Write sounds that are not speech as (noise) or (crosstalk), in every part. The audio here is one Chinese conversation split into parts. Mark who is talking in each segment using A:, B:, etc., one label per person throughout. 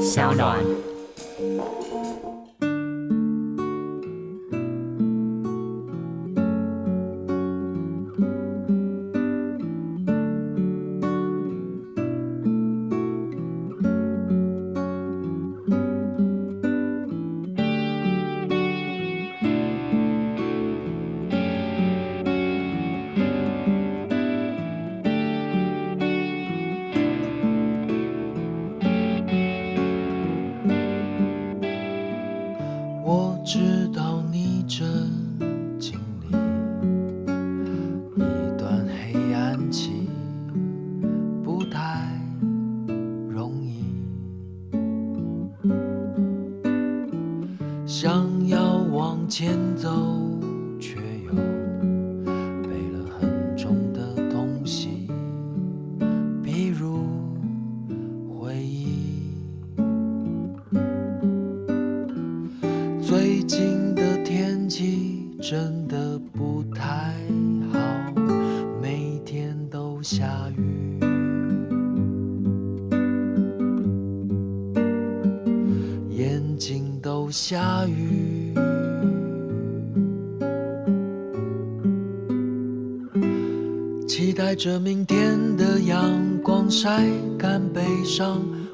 A: 小暖。
B: 我知道你正经历一段黑暗期，不太容易。想要往前走，却又背了很重的东西，譬如回忆。最近的天气真的不太好，每天都下雨。眼睛都下雨，期待着明天的阳光晒干悲伤，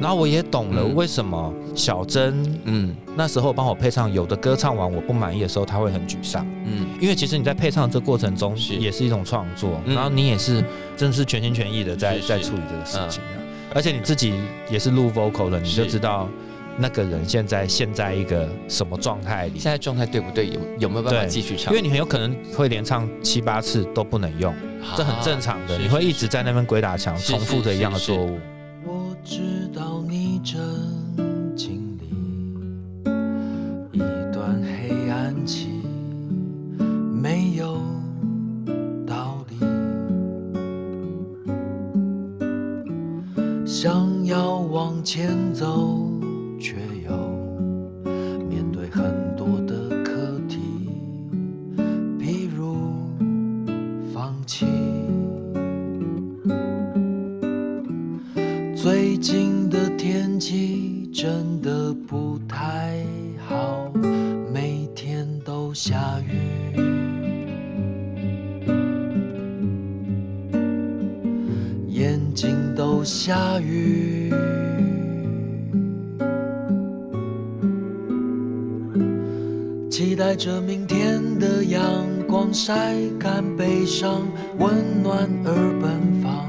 C: 然后我也懂了
D: 嗯
C: 为什么小珍
D: 嗯
C: 那时候帮我配唱有的歌唱完我不满意的时候，她会很沮丧，
D: 嗯，
C: 因为其实你在配唱这过程中
D: 是
C: 也是一种创作，
D: 嗯
C: 然后你也是真的是全心全意的在
D: 是是嗯
C: 在处理这个事情啊、而且你自己也是录 vocal 了，你就是知道那个人现在现在一个什么状态里
D: 现，在状态对不对？有有没有办法
C: 对
D: 继续唱？
C: 因为你很有可能会连唱七八次都不能用。
D: 啊
C: 这很正常的，
D: 是
C: 你会
D: 是
C: 一直在那边鬼打墙，
D: 是
C: 重复着一样的作物。
B: 我知道你正经历一段黑暗期，没有道理。想要往前走，却又面对很多的课题，譬如放弃。最近的天气真的不太好，每天都下雨。眼睛都下雨。期待着明天的阳光晒干悲伤，温暖而奔放。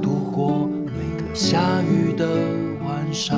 B: 度过每个下雨的晚上。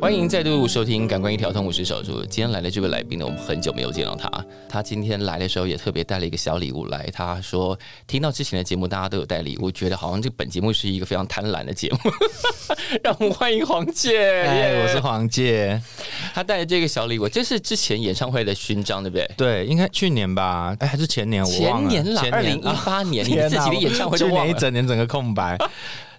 C: 欢
D: 欢迎再度收听《感官一条通》，我是小猪。今天来的这位来宾呢，我们很久没有见到他。他今天来的时候也特别带了一个小礼物来。他说，听到之前的节目大家都有带礼物，觉得好像这本节目是一个非常贪婪
C: (laughs)
D: 的节目。让我们欢迎黄姐，
C: 哎，我是黄介。
D: 他带的这个小礼物，这是之前演唱会的勋章，对不对？
C: 对，应该去年吧，哎，还是前年，哎我忘
D: 前
C: 了。
D: 年啦，二零一
C: 啊
D: 八年，你
C: 天
D: 自己
C: 哪
D: 的演唱会
C: 去
D: 就忘
C: 年一
D: 了。
C: 整年整个空白。 (laughs)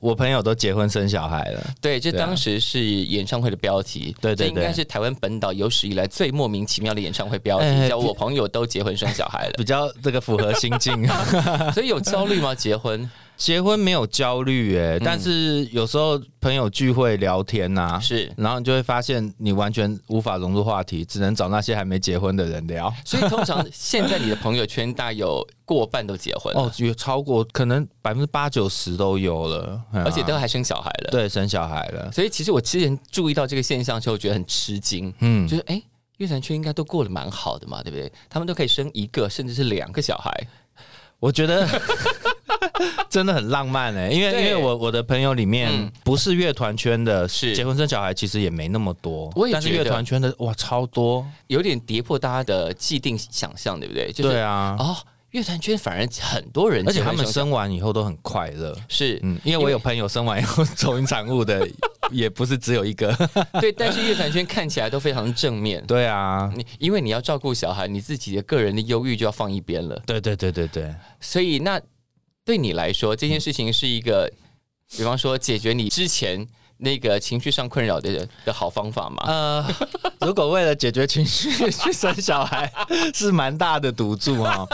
C: 我朋友都结婚生小孩了，
D: 对，这
C: 对啊
D: 当时是演唱会的标题，
C: 对对
D: 这应该
C: 对
D: 是台湾本岛有史以来最莫名其妙的演唱会标
C: 哎
D: 题，叫“
C: 比
D: 我朋友都结婚生小孩了”。
C: (laughs) 比较这个符合心境。 (laughs)
D: 所以有焦虑吗？结婚
C: 结婚没有焦虑哎、
D: 嗯
C: 但是有时候朋友聚会聊天呐、
D: 是，
C: 然后你就会发现你完全无法融入话题，只能找那些还没结婚的人聊。
D: 所以通常现在你的朋友圈大有过半都结婚
C: 哦
D: 了，，
C: 有超过可能百分之八九十都有了，哎呀
D: 而且都还生小孩了。，
C: 对生小孩了。
D: 所以其实我之前注意到这个现象的时候，觉得很吃惊，
C: 嗯，
D: 就是哎。乐团圈应该都过得蛮好的嘛，对不对？他们都可以生一个，甚至是两个小孩。
C: 我觉得 (laughs) 真的很浪漫哎、因为
D: 对
C: 因为我我的朋友里面
D: 嗯
C: 不是乐团圈的，
D: 是
C: 结婚生小孩其实也没那么多，
D: 我也
C: 但是
D: 觉
C: 乐
D: 得
C: 团圈的哇超多，
D: 有点跌破大家的既定想象，对不对？就是
C: 对啊，
D: 哦，乐团圈反而很多人
C: 而
D: 结
C: 且
D: 婚生小孩，
C: 他们生完以后都很快乐。
D: 是、
C: 嗯，因为我有朋友生完以后走云产物的， (laughs) 也不是只有一
D: (laughs)
C: 个。 (laughs)
D: 对，但是乐团圈看起来都非常正面。
C: 对啊，
D: 你因为你要照顾小孩，你自己的个人的忧郁就要放一边了。
C: 对对对对对，
D: 所以那对你来说，这件事情是一个，比方说解决你之前那个情绪上困扰的的好方法嘛？
C: 呃， (laughs) 如果为了解决情绪去生小孩，是蛮大的赌注哈、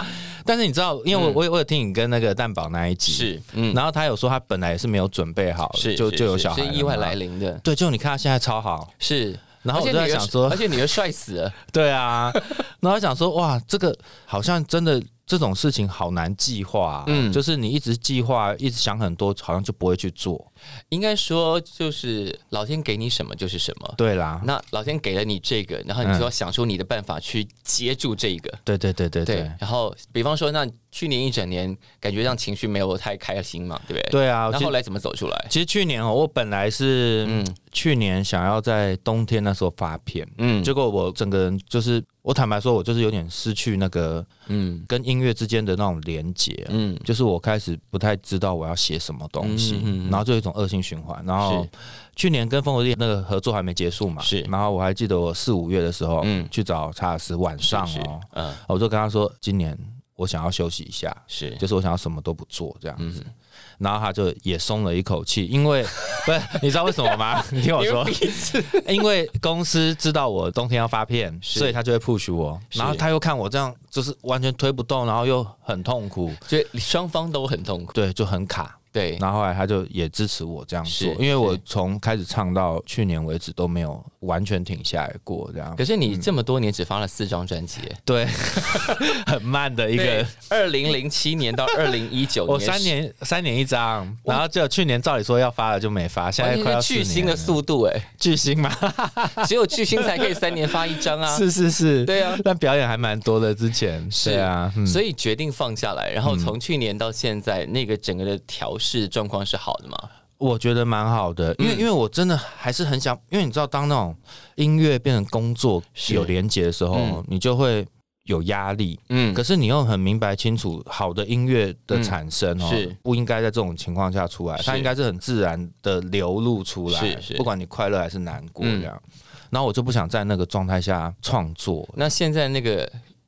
C: 但是你知道，因为我
D: 嗯
C: 我有我有听你跟那个蛋宝那一集，，
D: 是，嗯，
C: 然后他有说他本来也是没有准备好，
D: 是
C: 就是就有
D: 是
C: 小孩
D: 是意外
C: 了嘛
D: 来。临的，
C: 对，就你看他现在超好，
D: 是。
C: 然后
D: 而
C: 我
D: 且
C: 就在
D: 女儿
C: 想说
D: 而且女儿帅死了，
C: 对
D: (laughs)
C: 啊，然后想说哇，这个好像真的这种事情好难计划、嗯，
D: 嗯
C: 就是你一直计划，一直想很多，好像就不会去做。
D: 应该说就是老天给你什么就是什么。
C: 对啦，
D: 那老天给了你这个，然后你就要想出你的办法去接住这个。
C: 对对嗯对对对
D: 对，然后比方说，那去年一整年感觉让情绪没有太开心嘛，对不对？。
C: 对啊！
D: 那
C: 其
D: 后
C: 实
D: 来怎么走出来？
C: 其实去年哦、我本来是、
D: 嗯
C: 去年想要在冬天那时候发片，
D: 嗯，
C: 结果我整个人就是，我坦白说，我就是有点失去那个
D: 嗯
C: 跟音乐之间的那种连啊接。
D: 嗯
C: 就是我开始不太知道我要写什么东西，
D: 嗯嗯嗯
C: 然后就有一种恶性循环。然后
D: 是
C: 去年跟风和力那个合作还没结束嘛，
D: 是
C: 然后我还记得我四五月的时候，
D: 嗯
C: 去找查尔斯晚上
D: 是
C: 哦，
D: 嗯
C: 我就跟他说，今年我想要休息一下，
D: 是
C: 就是我想要什么都不做这样子。
D: 嗯
C: 然后他就也松了一口气，因
D: (laughs)
C: 为不是你知道为什么吗？你听我说，因为公司知道我冬天要发片，
D: 是
C: 所以他就会 push 我。
D: 是
C: 然后他又看我这样就是完全推不动，然后又很痛苦，
D: 所以双方都很痛苦。
C: 对，就很卡。
D: 对，
C: 然后后来他就也支持我这样
D: 是
C: 做，因为
D: 是
C: 我从开始唱到去年为止都没有完全停下来过，这样
D: 可是你这么多年只发了四张专辑，
C: (laughs) 对， (laughs) 很慢的一
D: 一
C: 个。
D: 二零零七年到二零一九
C: (laughs)
D: 年，
C: 我三年三年一张，然后就去年照理说要发了就没发，现
D: 完
C: 在
D: 全
C: 快要
D: 是巨
C: 四
D: 星
C: 年
D: 的
C: 了
D: 速度哎、
C: 巨星
D: (laughs)
C: 嘛，
D: 只有巨星才可以三年发一张啊。
C: 是是是，
D: 对啊
C: 但表演还蛮多的。之前
D: 是
C: 对啊，嗯
D: 所以决定放下来，然后从去年到现在，那个整个的调试状况是好的嘛？
C: 我觉得蛮好的，因为、
D: 嗯
C: 因为我真的还是很想，因为你知道，当那种音乐变成工作
D: 是
C: 有连接的时候，
D: 嗯
C: 你就会有压力。
D: 嗯
C: 可，是你又很明白清楚，好的音乐的产生哦，
D: 嗯是
C: 不应该在这种情况下出来，
D: 是
C: 它应该是很自然的流露出来，
D: 是是
C: 不管你快乐还是嗯难过这样。然后我就不想在那个状态下创作，
D: 那现在那个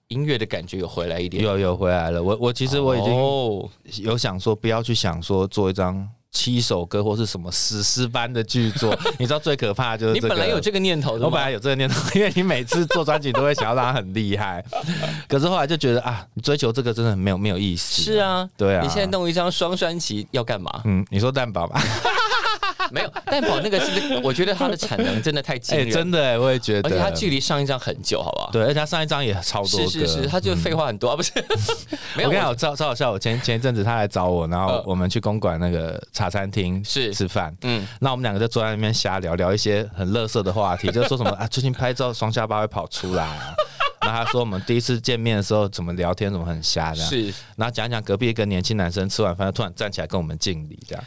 D: 音乐的感觉有回来一点。
C: 有有回来了。我我其实我已经
D: 哦，
C: 有想说不要去想说做一张七首歌或是什么史诗般的巨 (laughs) 作，你知道最可怕的就是
D: 你
C: 这个。
D: 本来有这个念头的
C: 我
D: 吗
C: 本？来有这个念头，因为你每次做专辑都会想要让它很厉害，可是后来就觉得啊，你追求这个真的很没有没有意思。
D: 是，啊，
C: 对啊。？
D: 你现在弄一张双专辑要干嘛
C: (laughs) 嗯，你说蛋堡吧？
D: 没有，蛋宝那个是不是，我觉得它的产能真的太惊
C: 哎、
D: 人，
C: 真的哎、我也觉得。
D: 而且它距离上一张很久，好不好？
C: 对，而且他上一张也超多嗯
D: 是
C: 歌。
D: 是是，他就废话很多啊，
C: (laughs)
D: 不是？没有
C: 我跟你讲，超超好笑。我前前一阵子他来找我，然后
D: 嗯
C: 我们去公馆那个茶餐厅
D: 是
C: 吃饭，
D: 嗯，
C: 那我们两个就坐在那边瞎聊，聊一些很乐色的话题，就是说什么啊，最近拍照双下巴会跑出来啊。然后他说我们第一次见面的时候怎么聊天怎么很瞎这样，
D: 是
C: 然后讲一讲隔壁一个年轻男生吃完饭突然站起来跟我们敬礼这样，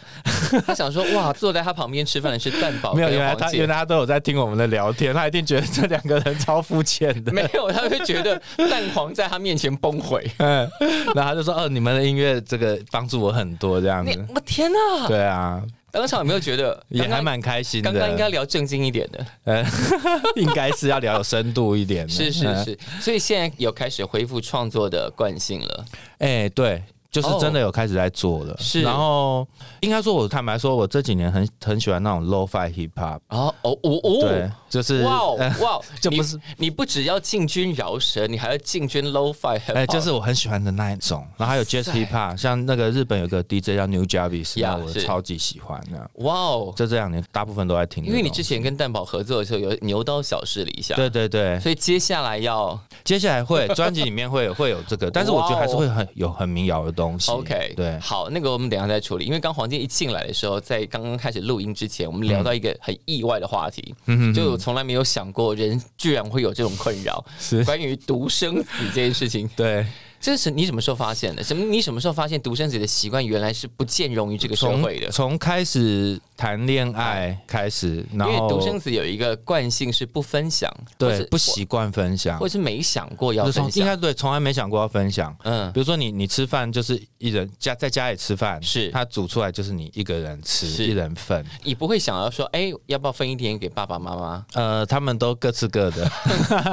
D: 他想说，哇，坐在他旁边吃饭的是蛋宝
C: 没有
D: 跟
C: 原来
D: 黄
C: 他
D: 姐
C: 原来他都有在听我们的聊天，他一定觉得这两个人超肤浅的，
D: 没有，他会觉得蛋黄在他面前崩溃。
C: 嗯， (laughs) 然后他就说哦你们的音乐这个帮助我很多这样
D: 你
C: 子，
D: 我天哪！
C: 对啊，
D: 当场有没有觉得
C: 嗯也还
D: 刚刚
C: 蛮开心的，
D: 刚刚应该聊正经一点的？
C: 呃， (laughs) 应该是要聊有深度一点的。
D: (laughs) 是是
C: 嗯，
D: 是，所以现在有开始恢复创作的惯性了。
C: 哎、对，就是
D: 哦
C: 真的有开始在做了。
D: 是
C: 然后应该说，我坦白说，我这几年很很喜欢那种 low-fi hip hop，、
D: 哦哦哦哦
C: 对，！就是
D: 哇哦
C: 呃 (laughs)
D: 哇哦！
C: 就不
D: 你
C: 是
D: 你不只要进军饶舌，你还要进军 lofi，hip
C: 哎、
D: hop
C: 就是我很喜欢的那一种，然后还有 jazz
D: 塞
C: hip hop，像那个日本有个 DJ 叫 New Javis，
D: 呀
C: 那我
D: 是
C: 超级喜欢的。
D: 哇哦！
C: 就这两年大部分都在听这
D: 因
C: 种，
D: 为你之前跟蛋宝合作的时候有牛刀小试了一下，
C: 对，对对，
D: 所以接下来要
C: 接下来会专辑里面会有会有这
D: (laughs)
C: 个，但是我觉得还是会很有很民谣的东西。
D: 哦 OK，
C: 对，
D: 好，那个我们等一下再处理。因为刚黄健一进来的时候，在刚刚开始录音之前，我们聊到一个很意外的话题，
C: 嗯
D: 就我从来没有想过人居然会有这种困扰，
C: 是
D: 关于独生子这件事情。
C: 对。
D: 这是你什么时候发现的？什么？你什么时候发现独生子的习惯原来是不兼容于这个社
C: 从
D: 会的？
C: 从开始谈恋爱开始，然
D: 因为
C: 后
D: 独生子有一个惯性是不分享，或
C: 对
D: 是
C: 不，习惯分享，
D: 或是没想过要
C: 就
D: 分
C: 从应
D: 享。
C: 该对从来没想过要分享。
D: 嗯
C: 比，如说你你吃饭就是一人家在家里吃饭，
D: 是
C: 他煮出来就是你一个人吃
D: 是
C: 一人份，
D: 你不会想要说，哎、要不要分一点给爸爸妈妈？
C: 呃，他们都各吃各的，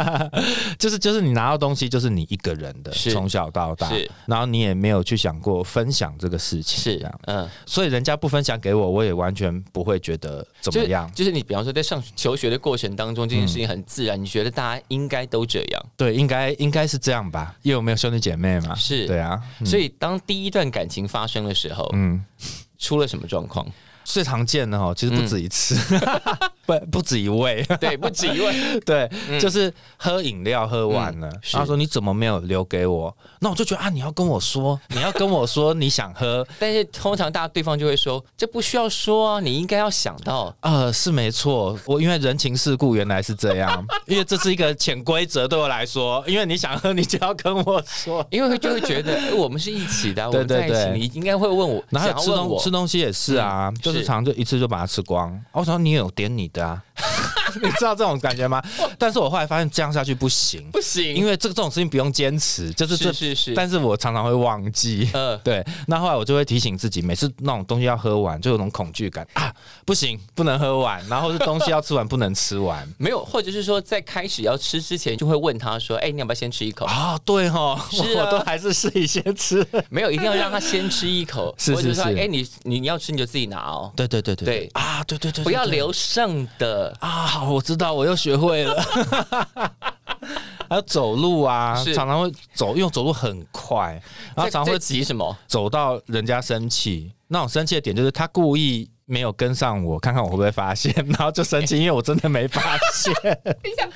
C: (laughs) 就是就是你拿到东西就是你一个人的，
D: 是
C: 从小到大
D: 是，
C: 然后你也没有去想过分享这个事情，这
D: 是
C: 样，，
D: 嗯，
C: 所以人家不分享给我，我也完全不会觉得怎么
D: 就
C: 样，
D: 就是你，比方说在上求学的过程当中，这件事情很自然，你觉得大家应该都这样。
C: 对，应该应该是这样吧，因为我没有兄弟姐妹嘛，
D: 是
C: 对啊，
D: 所以当第一段感情发生的时候，
C: 嗯，
D: 出了什么状况？ (laughs)
C: 最常见的哦，其实不止一次，
D: 嗯
C: (laughs) 不不止一位， (laughs)
D: 对，不止一位，
C: 对，就是喝饮料喝完了，
D: 嗯是
C: 他说你怎么没有留给我？那我就觉得啊，你要跟我说，你要跟我说你想喝，
D: 但是通常大家对方就会说，这不需要说啊，你应该要想到。
C: 呃，是没错，我因为人情世故原来是这样， (laughs) 因为这是一个潜规则对我来说，因为你想喝，你就要跟我说。
D: 因为就会觉得、
C: (laughs)
D: 哎我们是一起的啊、
C: 对
D: 我们在一
C: 对对
D: 起，你应该会问我，
C: 然后
D: 想要
C: 吃
D: 问
C: 东
D: 我
C: 吃东西也是啊，
D: 嗯
C: 就是
D: 是
C: 常就一次就把它吃光。哦我想说你有点你的啊， (laughs) 你知道这种感觉
D: (laughs)
C: 吗？但是我后来发现这样下去不行，
D: (laughs) 不行，
C: 因为这这种事情不用坚持，就是这。
D: 是是是，
C: 但是我常常会忘记。
D: 呃，
C: 对，那后来我就会提醒自己，每次那种东西要喝完，就有种恐惧感啊，不行，不能喝完，然后是东西要吃完，不能吃
D: (laughs)
C: 完
D: 没有，或者是说在开始要吃之前，就会问他说，哎、你要不要先吃一口？
C: 啊，对哦，
D: 是啊
C: (laughs) 我都还是试一些吃。
D: 没有，一定要让他先吃一口，
C: (laughs) 是
D: 或者说，
C: 是是
D: 哎、你你你要吃你就自己拿哦，
C: 对对对对
D: 对
C: 啊，对对对，对
D: 不要
C: 对
D: 留剩的。
C: 啊！好，我知道，我又学会
D: (laughs)
C: 了。还有走路啊，
D: 是
C: 常常会走，因为我走路很快，然后
D: 在
C: 常会
D: 在急什么？
C: 走到人家生气，那种生气的点就是他故意没有跟上我，看看我会不会发现， (laughs) 然后就生气，因为我真的没发
D: (laughs)
C: 现。
D: (laughs) 等一下，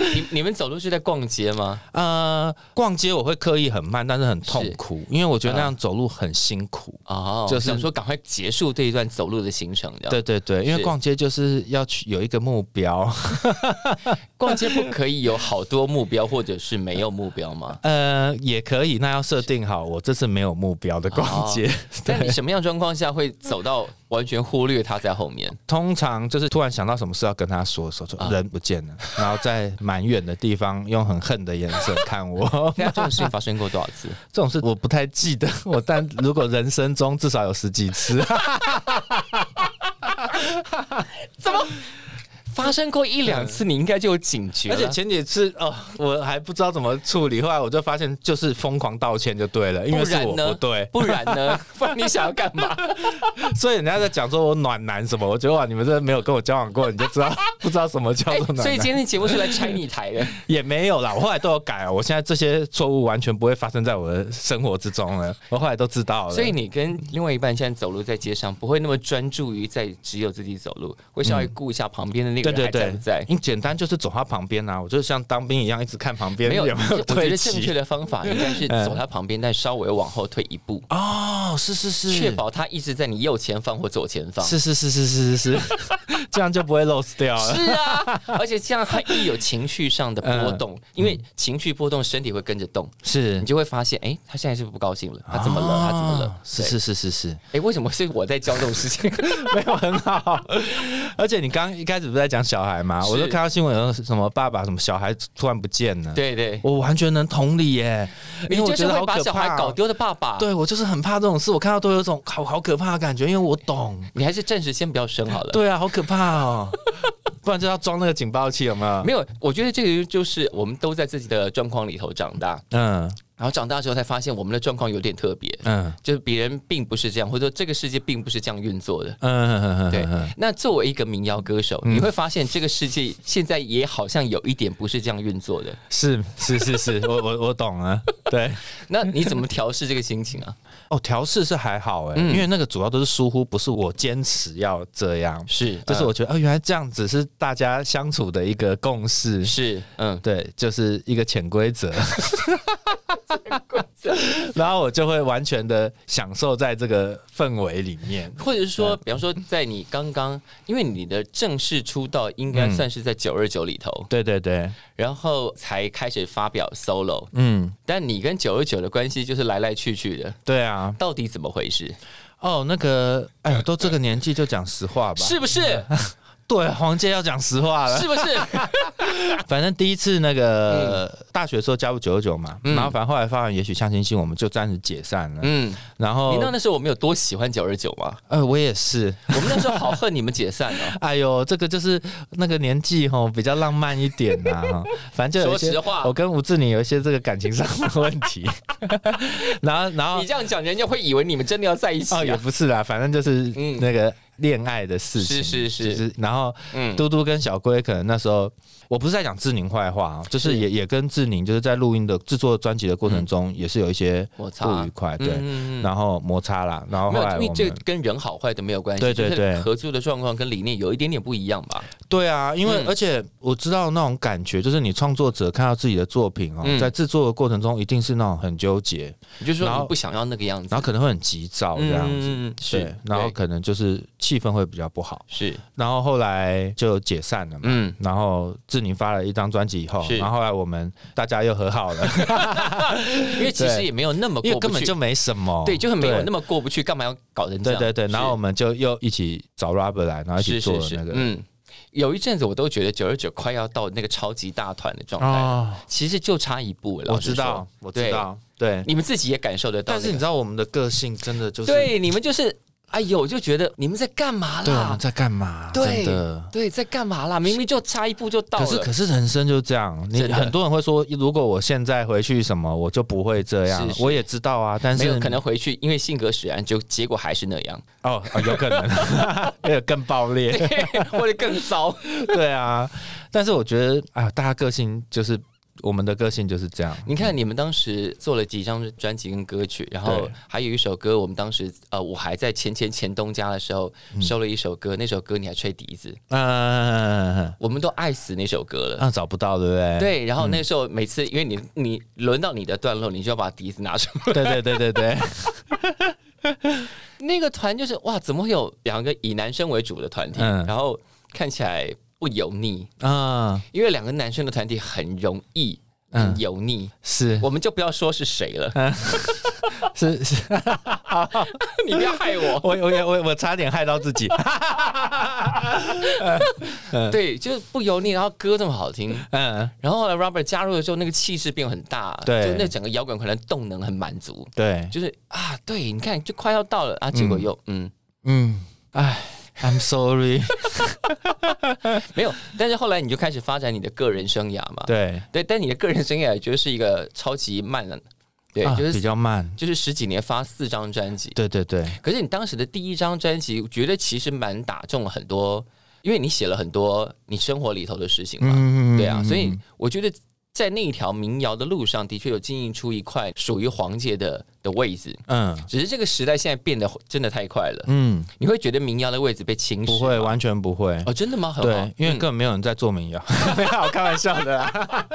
D: 你你们走路是在逛街吗？
C: 呃，逛街我会刻意很慢，但是很痛苦，因为我觉得那样走路很辛苦。
D: 哦，
C: 就
D: 就是是想说赶快结束这一段走路的行程。这样，
C: 对对对，因为
D: 嗯是
C: 逛街就是要去有一个目标，
D: (laughs)
C: (laughs)
D: 逛街不可以有好多目标，或者是没有目标 (laughs) 吗？
C: 呃，也可以，那要设定好，我这次没有目标的
D: 哦
C: 逛街，
D: 在你什么样状况下会走到完全忽略他在后面？
C: 通常就是突然想到什么事要跟他说的时候，就人不见了，然后在蛮远的地方用很恨的眼神看我
D: (laughs)。
C: (laughs)
D: 那这种事情发生过多少次？
C: 这种事我不太记得， (laughs) 我但如果人生中至少有十几次，啊 (laughs)
D: 发生过一两次，你应该就有警觉了。
C: 而且前几次哦，我还不知道怎么处理，后来我就发现就是疯狂道歉就对了，因为
D: 不
C: 是
D: 然
C: 我
D: 呢
C: 不 (laughs) 对，
D: 不然呢？不然你想要干
C: (laughs)
D: 嘛？
C: 所以人家在讲说我暖男什么，我觉得哇，你们这没有跟我交往过，你就知道 (laughs) 不知道什么叫
D: 哎
C: 做暖男，
D: 所以今天的节目是来拆你台的。
C: 也没有啦，我后来都有改哦，我现在这些错误完全不会发生在我的生活之中了，我后来都知道了，
D: 所以你跟另外一半现在走路在街上，不会那么专注于在只有自己走路，会稍微顾一下旁边的那个
C: 对
D: 人
C: 对
D: 还在
C: 对
D: 不在，。
C: 你简单就是走他旁边啊，我就像当兵一样一直看旁边
D: 没有，
C: 没有
D: 我觉
C: 对
D: 得正确
C: 齐
D: 的方法应该是走他旁边，但稍微往后退一步，
C: 哦，是是是，
D: 确保他一直在你右前方或左前方。 (laughs)
C: 是是是是是是是，这样就不会 lose 掉了。
D: 是啊， (laughs) 而且这样很易有情绪上的波动，因为情绪波动，身体会跟着动，
C: 嗯是
D: 你就会发现，哎，他现在是不是不高兴了，他怎么了，他怎么了
C: 啊？是
D: 对
C: 是是是是，
D: 哎，为什么是我在教这种
C: (laughs)
D: 事情？
C: 没有很好。 (laughs) 而且你刚一开始不是在讲小孩吗？
D: 是
C: 我就看到新闻有什么爸爸什么小孩突然不见了，，
D: 对对，
C: 我完全能同理耶，因
D: 你
C: 为我
D: 就
C: 觉
D: 是
C: 得
D: 会
C: 好
D: 把
C: 可
D: 小
C: 怕
D: 孩
C: 哦
D: 搞。丢的啊爸爸。，
C: 对，我就是很怕这种事，我看到都有一种好好可怕的感觉，因为我懂。
D: 你还是暂时先不要生好了。
C: 对啊，好可怕哦，不然就要装那个警报器，有没有？
D: 没有，我觉得这个就是我们都在自己的状况里头长大，
C: 嗯
D: 然后长大之后才发现我们的状况有点特别，
C: 嗯
D: 就是别人并不是这样，或者说这个世界并不是这样运作的。
C: 嗯嗯，
D: 对，那作为一个民谣歌手，你会发现这个世界现在也好像有一点不是这样运作的。
C: 是是是是，我我我懂
D: (laughs)
C: 了。对，
D: 那你怎么调试这个心情啊？
C: 哦，调试是还好哎、
D: 嗯
C: 因为那个主要都是疏忽，不是我坚持要这样，
D: 是，
C: (laughs) 就是我觉得哦，原来这样子是大家相处的一个共识
D: 嗯、，是，嗯，
C: 对，就是一个潜规则。然后我就会完全的享受在这个氛围里面。
D: 或者是说，
C: 嗯
D: 比方说，在你刚刚，因为你的正式出道应该
C: 嗯
D: 算是在九二九里头，
C: 对对对，
D: 然后才开始发表 solo，
C: 嗯，
D: 但你跟九二九的关系就是来来去去的，
C: 对啊。
D: 到底怎么
C: (laughs)
D: 回事？
C: 哦，那个，哎呦，都这个年纪就讲实话吧。
D: 是不是？ (laughs)
C: 对，黄杰要讲实话了。
D: 是不是？
C: 反正第一次那个、大学的时候加入九九九嘛，
D: 嗯
C: 然后反正后来发现也许相亲星我们就暂时解散了。
D: (laughs) 嗯，
C: 然
D: 你
C: 后
D: 知道，那时候我们有多喜欢九二九吗？
C: 呃，我也是，
D: 我们那时候好恨你们解散哦。
C: 哎呦，这个就是那个年纪吼，比较浪漫一点呐、 (laughs) 哈反正就有一些
D: 说实话
C: 我跟吴志宁有一些这个感情上的问题。 (laughs) 然后， (laughs) 然后
D: 哦你这样讲，人家会以为你们真的要在一起
C: 哦，也
D: 啊。
C: 不是啦，反正就是
D: 嗯
C: 那个恋爱的事情，
D: 是是是
C: 就是然后
D: 嗯，
C: 嘟嘟跟小龟可能那时候，我不是在讲志宁坏话啊，就是
D: 是嗯
C: 也也跟志宁就是在录音的制作专辑的过程中，也是有一些
D: 摩擦
C: 不愉快，对，
D: 嗯嗯嗯
C: 然后摩擦啦，然后
D: 没
C: 后
D: 有，
C: 来
D: 因
C: 我
D: 为这个
C: 们
D: 跟人好坏的没有关系，
C: 对对
D: 就是
C: 对
D: 合作的状况跟理念有一点点不一样吧？
C: 对啊，因为
D: 嗯
C: 而且我知道那种感觉，就是你创作者看到自己的作品哦
D: 嗯，
C: 在制作的过程中一定是那种很纠结，
D: 你就说
C: 然后
D: 你不想要那个样子，
C: 然后可能会很急躁这样子，
D: 嗯，
C: 对
D: 是，，
C: 然后
D: 对
C: 可能就是气氛会比较不好，
D: 是，
C: 然后后来就解散了嘛。
D: 嗯，
C: 然后志宁发了一张专辑以后，
D: 是
C: 然后后来我们大家又和好了，
D: 因为其实
C: 对
D: 也没有那么
C: 因
D: 哦过
C: 为
D: 不
C: 根本
D: 去
C: 就没什么，
D: 对，就很没有那
C: 么。
D: 么过不去，干嘛要搞成这
C: 对
D: 样？
C: 对对，然后我
D: 是
C: 们就又一起找 Robert 来，然后一起
D: 是
C: 做
D: 是
C: 了那，
D: 是
C: 个
D: 嗯，有一阵子我都觉得九二九快要到那个超级大团的状态，
C: 哦，
D: 其实就差一步了。
C: 我
D: 哎老实
C: 知道
D: 说，
C: 我知，道，对
D: 对。你们自己也感受得到那
C: 但
D: 个、
C: 是你知道我们的个性真的就是，
D: 对，你们就是，哎呦，我就觉得你们在干嘛
C: 对，我们
D: 啦？
C: 在干嘛？真
D: 对
C: 的。
D: 对，在干嘛啦？明明就差一步就到
C: 可
D: 了。
C: 是可是人生就这样，你
D: 真的
C: 很多人会说，如果我现在回去什么，我就不会这样了。
D: 是是
C: 我也知道啊，但
D: 没有
C: 是
D: 可能回去，因为性格使然，就结果还是那样， (laughs)
C: 哦，哦有可能， (laughs) 也有更暴烈。
D: 或者更
C: (laughs)
D: 糟。
C: 对啊，但是我觉得啊，大家个性就是我们的个性就是这样。
D: 你看，你们当时做了几张专辑跟歌曲，然后
C: 对
D: 还有一首歌，我们当时呃，我还在前前前东家的时候收了一首歌，那首歌你还吹笛子，
C: 嗯，
D: 我们都爱死那首歌了。
C: 那啊找不到，对不对？
D: 对，然后那时候每次因为你你轮到你的段落，你就要把笛子拿出来。 (laughs)
C: 对对对对对，
D: 那个团就是哇，怎么会有两个以男生为主的团体？
C: 嗯
D: 然后看起来不油腻，
C: (laughs) 嗯，
D: 因为两个男生的团体很容易
C: 嗯
D: 很油腻，
C: 是
D: 我们就不要说是谁了，
C: 是是，
D: (laughs) 你不要害我。
C: (laughs) 我我也我我差点害到自己。
D: 对，就是不油腻，然后歌这么好听，
C: 嗯，
D: 然后后来 Robert 加入了之后，那个气势变很大，
C: 对
D: 就那整个摇滚可能动能很满足，
C: 对，
D: 就是啊，对，你看就快要到了啊，结果又嗯
C: 嗯，哎，I'm sorry。
D: 没有，但是后来你就开始发展你的个人生涯嘛，
C: 对，
D: 对，但你的个人生涯就是一个超级慢的，对，
C: 啊
D: 就是
C: 比较慢。
D: 就是十几年发四张专辑。
C: 对对对，
D: 可是你当时的第一张专辑，我觉得其实蛮打中了很多，因为你写了很多你生活里头的事情嘛，
C: 嗯
D: 对啊，所以我觉得在那一条民谣的路上，的确有经营出一块属于黄界的的位置。
C: 嗯
D: 只是这个时代现在变得真的太快了，
C: 嗯，
D: 你会觉得民谣的位置被侵蚀？
C: 不会，完全不会。
D: 哦，真的吗？很好
C: 对，因为根本没有人在做民谣， (laughs) 啊没有，开玩笑的啦。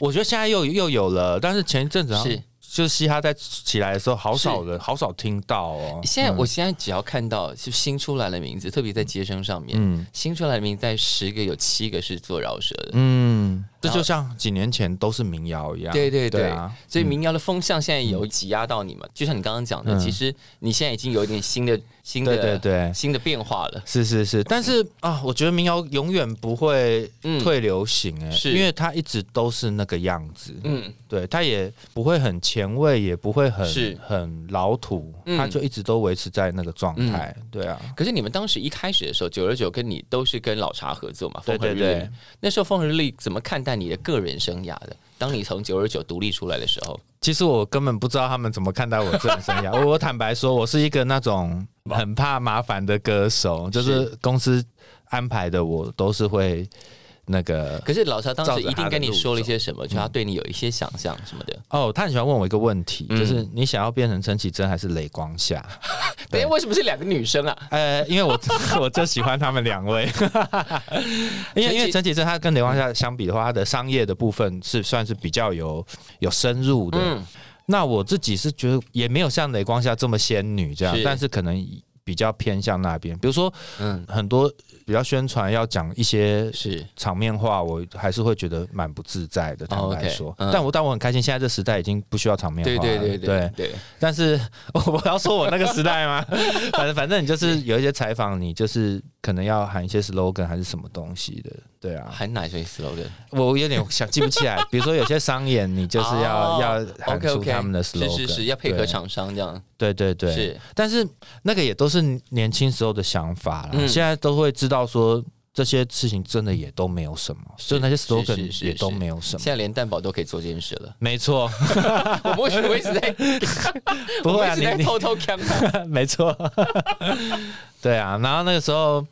C: 我觉得现在又又有了，但是前一阵子好像
D: 是
C: 就是嘻哈在起来的时候，好少人，好少听到哦。
D: 现在我现在只要看到就新出来的名字，特别在街声上面，
C: 嗯
D: 新出来的名字在十个有七个是做饶舌的。
C: 嗯，这就像几年前都是民谣一样。
D: 对对
C: 对
D: 对，
C: 啊，
D: 所以民谣的风向现在有挤压到你们，就像你刚刚讲的，
C: 嗯
D: 其实你现在已经有一点新的新的
C: 对对对
D: 新的变化了。
C: 是是是，但是啊，我觉得民谣永远不会
D: 嗯
C: 退流行哎、
D: 是
C: 因为它一直都是那个样子，
D: 嗯，
C: 对，它也不会很前卫，也不会很
D: 是
C: 很老土，
D: 嗯
C: 它就一直都维持在那个状态，对啊，
D: 可是你们当时一开始的时候，九十九跟你都是跟老茶合作嘛，
C: 对
D: 风和日丽。
C: 对对
D: 那时候风和日丽怎么看待你的个人生涯的？当你从九十九独立出来的时候，
C: 其实我根本不知道他们怎么看待我这种生涯。
D: (laughs)
C: 我我坦白说，我是一个那种很怕麻烦的歌手，就是公司安排的，我都是会那个。
D: 可是老茶当
C: 照
D: 时
C: 着
D: 一定
C: 他的
D: 跟你
C: 路嗯
D: 说了一些什么，就他对你有一些想象什么的。
C: 哦，他很喜欢问我一个问题，
D: 嗯
C: 就是你想要变成陈绮贞还是雷光夏？ (laughs)
D: 等
C: 对
D: 一下为什么是两个女生啊？
C: 呃，因为我 (laughs) 我就喜欢他们两
D: (laughs)
C: 位，因为因为陈绮贞她跟雷光夏相比的话，她的商业的部分是算是比较有有深入的。
D: 嗯，
C: 那我自己是觉得也没有像雷光夏这么仙女这样，
D: 是
C: 但是可能比较偏向那边。比如说，
D: 嗯
C: 嗯，很多比较宣传要讲一些
D: 是
C: 场面话，我还是会觉得蛮不自在的。坦
D: 哦
C: 白
D: OK，
C: 说，
D: 嗯
C: 但我但我很开心，现在这时代已经不需要场面话
D: 对
C: 了。
D: 对对对对，
C: 但是 (laughs) 我要说我那个时代吗？ (laughs) 反正反正你就是有一些采访，你就是可能要喊一些 slogan 还是什么东西的，对
D: (laughs)
C: 啊，
D: 喊哪一些 slogan？
C: 我有点想记不起来。比如说有些商演，你就是要、要喊
D: OK
C: 出
D: OK，
C: 他们的
D: 哦是
C: slogan，
D: 是是，要配合
C: 对
D: 厂商这样，
C: 对对对，
D: 是
C: 但是那个也都是年轻时候的想法啦，
D: 嗯
C: 现在都会知道说这些事情真的也都没有什么，就那些
D: 是是
C: slogan
D: 是
C: 也都没有什
D: 现
C: 么。
D: 在连蛋堡都可以做这件事了。 (laughs)
C: 没错，
D: 我们为什么一直在
C: (laughs) 不会啊，
D: (laughs) 我们
C: 你
D: 一直在
C: 你
D: 偷偷
C: (laughs)
D: 看他？
C: 没错，对啊。然后那个时候，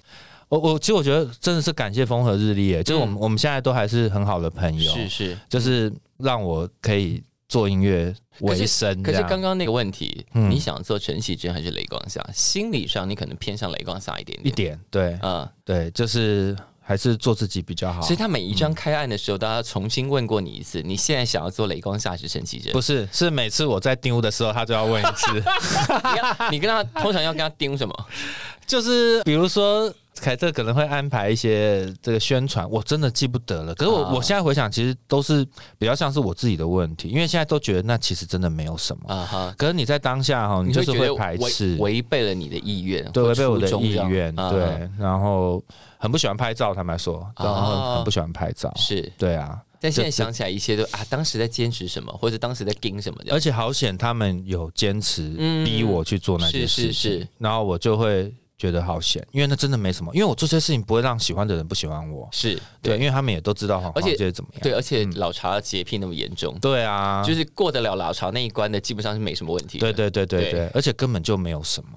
C: 我我其实我觉得真的是感谢风和日丽耶，就是我们、我们现在都还是很好的朋友，
D: 嗯是是。
C: 就是让我可以做音乐为生
D: 可
C: 这
D: 是
C: 样。
D: 刚刚那个问题，
C: 啊嗯
D: 你想做陈绮贞还是雷光夏？心理上你可能偏向雷光夏一点
C: 一
D: 点，
C: 点，对
D: 啊、
C: 对，就是还是做自己比较好
D: 所以。他每一张开案的时候，大家重新问过你一次，你现在想要做雷光夏还是陈绮贞？
C: 不是，是每次我在丢的时候，他就要问一次。
D: 你要你跟他通常要跟他盯什么？
C: (laughs) 就是比如说凯特可能会安排一些这个宣传，我真的记不得了。可是我、
D: 啊
C: 我现在回想，其实都是比较像是我自己的问题，因为现在都觉得那其实真的没有什么。
D: 啊哈，
C: 可是你在当下哈，
D: 你
C: 就
D: 会
C: 是
D: 觉
C: 会
D: 得
C: 排
D: 违
C: 斥，
D: 违背了你的意愿，
C: 对，
D: 或
C: 违背我的
D: 初衷
C: 意
D: 这样
C: 愿，
D: 啊哈
C: 对，然后很不喜欢拍照，坦白说，然后很不喜欢拍照，
D: 是。
C: 对啊，
D: 但现在
C: 这
D: 想起来，一切都啊，当时在坚持什么，或者当时在盯什么的
C: 而。且好险他们有坚持
D: 嗯
C: 逼我去做那件
D: 是
C: 事
D: 是
C: 情，
D: 是
C: 然后我就会觉得好险，因为那真的没什么，因为我做这些事情不会让喜欢的人不喜欢我，
D: 是
C: 对，
D: 对
C: 因为他们也都知道黄
D: 而且
C: 黄界怎么样。
D: 对，而且老茶的洁癖那么严重，
C: 对啊，
D: 就是过得了老茶那一关的，基本上是没什么问题。
C: 对，对对对
D: 对
C: 对，而且根本就没有什么。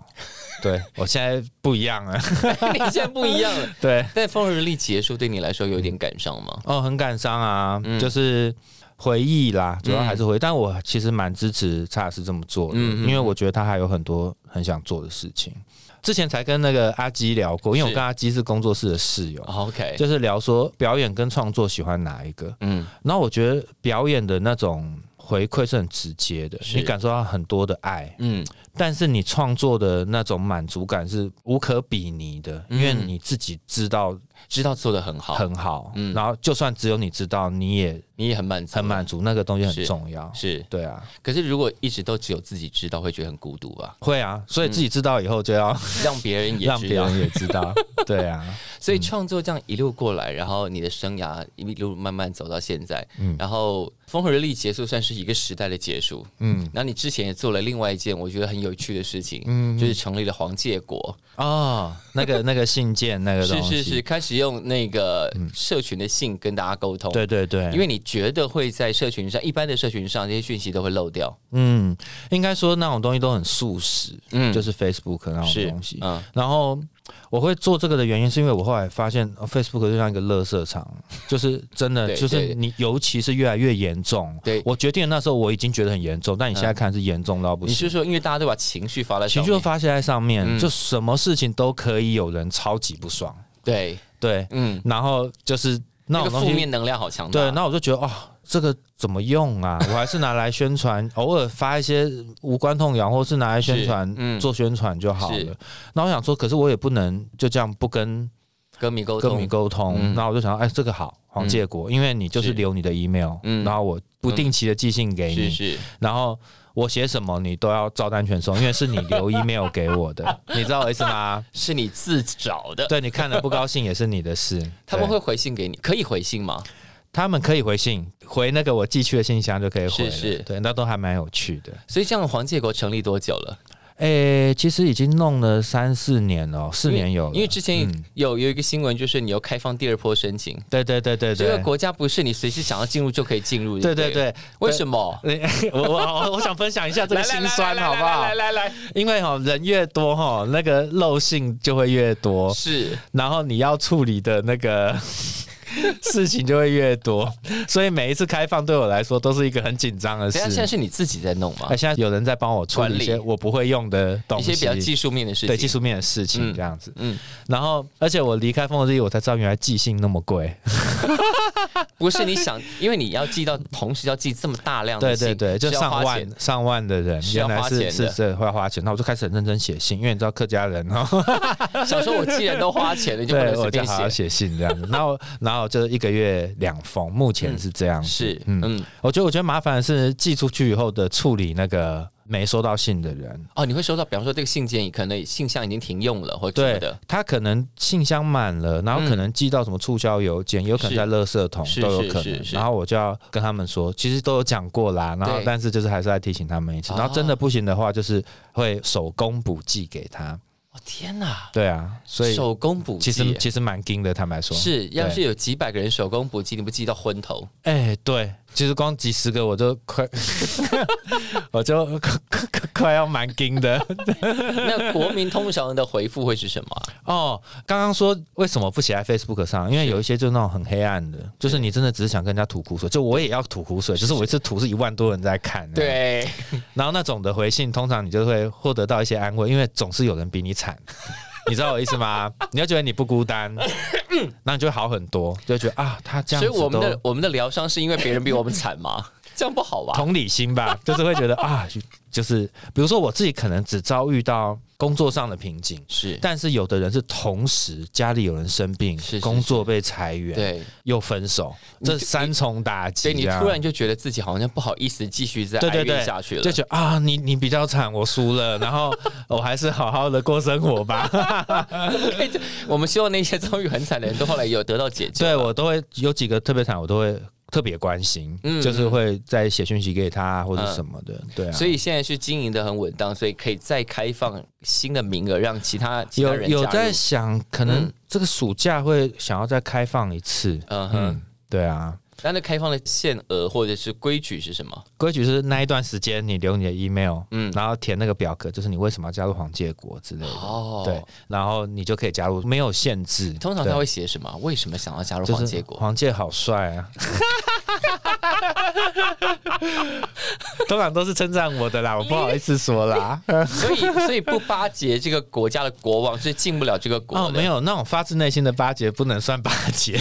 C: 对我现在不一样了， (laughs)
D: (laughs) 你现在不一样了。
C: 对
D: 但风和日丽结束对你来说有一点感伤吗？
C: 哦，很感伤啊，
D: 嗯
C: 就是回忆啦，主要还是回忆。但我其实蛮支持查尔斯这么做的，
D: 嗯嗯嗯
C: 因为我觉得他还有很多很想做的事情。之前才跟那个阿基聊过，因为我
D: 是
C: 跟阿基是工作室的室友，
D: 哦 OK，
C: 嗯就是聊说表演跟创作喜欢哪一个。
D: 嗯，
C: 然后我觉得表演的那种回馈是很直接的，
D: 是
C: 你感受到很多的爱，
D: 嗯，
C: 但是你创作的那种满足感是无可比拟的，因为你自己知道
D: 知道做的很嗯好，
C: 很好，
D: 嗯
C: 然后就算只有你知道，你也
D: 你也很满足，
C: 很满足，那个东西
D: 是
C: 很重要。
D: 是。
C: 对啊，
D: 可是如果一直都只有自己知道，会觉得很孤独
C: (laughs)
D: 吧？
C: 会啊，所以自己知道以后就要
D: 让别人
C: (laughs)
D: 也
C: 嗯让
D: 知
C: 别
D: 道，
C: 人也知道。 (laughs) 对啊，
D: 所以创作这样一路过来，然后你的生涯一路慢慢走到现在，
C: 嗯
D: 然后风和日丽结束算是一个时代的结束，嗯，然后你之前也做了另外一件我觉得很有趣的事情，嗯，就是成立了黄介国，
C: 哦，那个那个信件那个
D: 是
C: 东西，
D: 是是，开始用那个社群的信跟大家沟通，
C: 嗯对对对，
D: 因为你觉得会在社群上，一般的社群上这些讯息都会漏掉，
C: 嗯，应该说那种东西都很速食，
D: 嗯，
C: 就是 Facebook 那种
D: 是
C: 东西。
D: 嗯，
C: 然后我会做这个的原因，是因为我后来发现呃 Facebook 就像一个垃圾场，就是真 (laughs) 的，
D: 对
C: 就是
D: 对
C: 你，尤其是越来越严重。
D: 对
C: 我决定的那时候我已经觉得很严重，但你现在嗯看是严重到不
D: 你
C: 行。
D: 是说因为大家都把情绪发在
C: 情
D: 上
C: 绪就
D: 面，
C: 发泄在上面，
D: 嗯
C: 就什么事情都可以有人超级不爽，
D: 对，
C: 对，
D: 嗯，
C: 然后就是那
D: 那
C: 种
D: 个
C: 东
D: 负
C: 西，
D: 面能量好强大，
C: 对，那我就觉得哦，这个怎么用啊？ (laughs) 我还是拿来宣传，偶尔发一些无关痛痒，或是拿来宣传
D: 是、嗯
C: 做宣传就好
D: 是
C: 了。那我想说，可是我也不能就这样不跟
D: 歌迷沟
C: 歌迷
D: 通，
C: 沟通
D: 嗯。
C: 那、我就想到，哎，这个好，黄建国，因为你就是
D: 是
C: 留你的 email，、
D: 嗯
C: 然后我不定期的寄信给你，
D: 是是，
C: 然后我写什么你都要照单全收，因为是你留 email 给我 (laughs) 的，你知道我意思吗？
D: 是你自找的。
C: 对你看了不高兴也是你的事，
D: 他们
C: 对
D: 会回信给你，可以回信吗？
C: 他们可以回信，回那个我寄去的信箱就可以回了。
D: 是是
C: 对，那都还蛮有趣的。
D: 所以这样，黄建国成立多久了？
C: 诶、其实已经弄了三四年了，四年有了。
D: 因为之前
C: 嗯
D: 有、有一个新闻，就是你又开放第二波申请，
C: 对对对对
D: 这个
C: 对，
D: 国家不是你随时想要进入就可以进入。
C: 对
D: 对
C: 对
D: 了，
C: 对，
D: 为什么？
C: (laughs) 我我我我想分享一下这个
D: 来来
C: 心
D: 来
C: 酸，
D: 来
C: 好不
D: 来
C: 好
D: 来？来来，
C: 因为哈、人越多哈、那个漏信就会越多，
D: 是
C: 然后你要处理的那
D: (laughs)
C: 个事情就会越多，所以每一次开放对我来说都是一个很紧张的
D: 等一
C: 事
D: 下。现在是你自己在弄吗
C: 那？现在有人在帮我处理一些
D: 管理
C: 我不会用的东
D: 一
C: 西，
D: 些比较技术面的事情，
C: 对技，术面的事情
D: 嗯
C: 这样子。
D: 嗯，
C: 然后，而且我离开风之翼，我才知道原来寄信那么贵。
D: 不是你想，因为你要寄到，同时要寄这么大量
C: 对
D: 的
C: 对
D: 信，
C: 对，就是
D: 要
C: 上
D: 花
C: 万
D: 钱的。
C: 上万的人，
D: 是要
C: 原来
D: 花
C: 是
D: 钱
C: 是
D: 的
C: 是会花钱。那我就开始很认真写信，因为你知道客家人哦，
D: 想说我既然都花钱了，就不
C: 对
D: 能
C: 我就
D: 随便
C: 好好
D: 写。
C: 写信这样子。然后然后就一个月两封，目前
D: 嗯
C: 是这样子。
D: 是，
C: 嗯
D: 嗯，
C: 我觉得我觉得麻烦的是寄出去以后的处理那个没收到信的人，
D: 哦，你会收到，比方说这个信件，可能信箱已经停用了，或者什
C: 对
D: 么的，
C: 他可能信箱满了，然后可
D: 嗯
C: 能寄到什么促销邮件，有可能
D: 是
C: 在垃圾桶
D: 是
C: 都有
D: 是
C: 可
D: 是
C: 能。
D: 是
C: 然后我就要跟他们说，其实都有讲过啦，然后
D: 对
C: 但是就是还是要提醒他们
D: 哦
C: 一次。然后真的不行的话，就是会手工补寄给他。
D: 哦天哪，
C: 对啊，所以
D: 手工补
C: 其
D: 寄
C: 实
D: 耶，
C: 其实蛮硬的，坦白说。
D: 是，要
C: 对
D: 是有几百个人手工补寄，你不寄到
C: (laughs)
D: 昏头？
C: 哎，对，其实光几十个我就快， (laughs) 我就快 (laughs) 要蛮硬的。
D: 那国民通常的回复会是什么啊？
C: 哦，刚刚说为什么不写在 Facebook 上？因为有一些就是那种很黑暗的，就是你真的只是想跟人家吐苦水，就我也要吐苦水，就是我一次吐是一万多人在看，，
D: 对，
C: 然后那种的回信，通常你就会获得到一些安慰，因为总是有人比你
D: (laughs)
C: 惨，你知道我意思吗？你要觉得你不孤单，那你就会好很多，就会觉得啊，他这
D: 所
C: 样
D: 以
C: 子
D: 我们的
C: 都
D: 我们的疗伤是因为别人比我们惨
C: (laughs)
D: 吗？这样不好吧？
C: 同理心吧，就是会觉得啊，就是比如说我自己可能只遭遇到工作上的瓶颈。
D: 是，
C: 但是有的人是同时家里有人生病，
D: 是是
C: 工作被裁员，
D: 对，
C: 又分手，
D: 你
C: 这三重打击，啊
D: 所以你
C: 这样
D: 突然就觉得自己好像不好意思继续再
C: 对
D: 哀
C: 对
D: 怨
C: 对
D: 下去了，
C: 就觉得啊，你你比较惨，我输
D: (laughs)
C: 了，然后我还是好好的过生活吧。
D: 可以这我们希望那些遭遇很惨的人都后来有得到解
C: (laughs)
D: 救。
C: 对我都会有几个特别惨，我都会特别关心，
D: 嗯
C: 就是会再写讯息给他啊或者什么的，对啊。
D: 所以现在是经营的很稳当，所以可以再开放新的名额，让其他其他
C: 有
D: 人
C: 有
D: 加入
C: 在想，可能
D: 嗯
C: 这个暑假会想要再开放一次，
D: 嗯
C: 嗯
D: 哼，，
C: 对啊。
D: 那那开放的限额或者是规矩是什么？
C: 规矩是那一段时间你留你的 email，
D: 嗯
C: 嗯，然后填那个表格，就是你为什么要加入黄介国之类的，
D: 哦
C: 对，然后你就可以加入，没有限制。
D: 通常
C: 对
D: 他会写什么？为什么想要加入
C: 就
D: 黄
C: 是
D: 结果？
C: 黄介好帅啊！通常都是称赞我的啦，我不好意思说啦。
D: (laughs) 所以所以不巴结这个国家的国王是进不了这个国的。
C: 哦，没有那种发自内心的巴结，不能算巴
D: (laughs)
C: 结。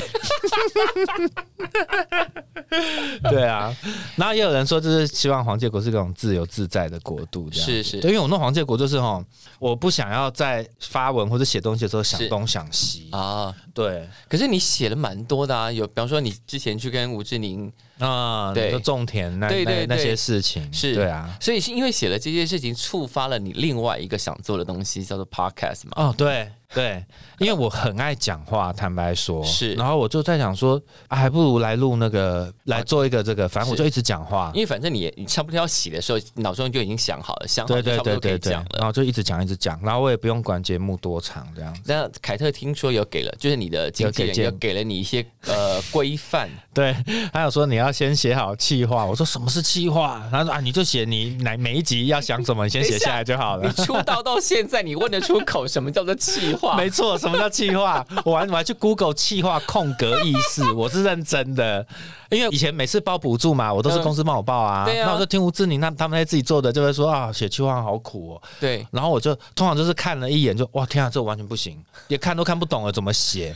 C: 对啊，然后也有人说，就是希望黄介国是这种自由自在的国度，这样子
D: 是是
C: 对，因为我弄黄介国就是哈，我不想要在发文或者写东西的时候想
D: 是
C: 东想西。
D: 啊，
C: 对
D: 可是你写了蛮多的啊，有比方说你之前去跟吴志宁，
C: 啊，
D: 对
C: 你说种田那
D: 对对
C: 那那
D: 对
C: 些事情，
D: 是
C: 对啊，
D: 所以是因为写了这些事情，触发了你另外一个想做的东西，叫做 podcast 嘛。
C: 哦，对对，因为我很爱讲话，坦白说
D: 是
C: 然后我就在想说，啊、还不如来录那个，来做一个这个，反正我
D: 是
C: 就一直讲话
D: 因。为反正你也你差不多要洗的时候，脑中就已经想好了，想好
C: 对
D: 就
C: 对
D: 差不
C: 对
D: 多可
C: 对
D: 以
C: 对
D: 讲，
C: 然
D: 了。
C: 后就一直讲一直讲，然后我也不用管节目多长这样子。
D: 那凯特听说有给了，就是你的经纪
C: 有给
D: 人
C: 建议
D: 有给了你一些呃规范， (laughs)
C: 对， (laughs) 还有说你要先写好气话，我说什么是气话？他说啊，你就写你哪每一集要想什么，你先
D: 等一
C: 写
D: 下
C: 下来就好
D: 你
C: 了。
D: 出道到现在，你问得出口什么叫做气话？
C: 没错，什么叫气话？我还我还去 Google 气话空格意思，我是认真的，因为以前每次报补助嘛，我都是
D: 嗯
C: 公司帮我报 (laughs) 啊。
D: 对啊
C: 那我就听吴志宁他他们在自己做的，就会说啊，写气话好苦哦。
D: 对，
C: (laughs) 然后我就通常就是看了一眼就哇天啊，这我完全不行，也看都看不懂了，怎么写？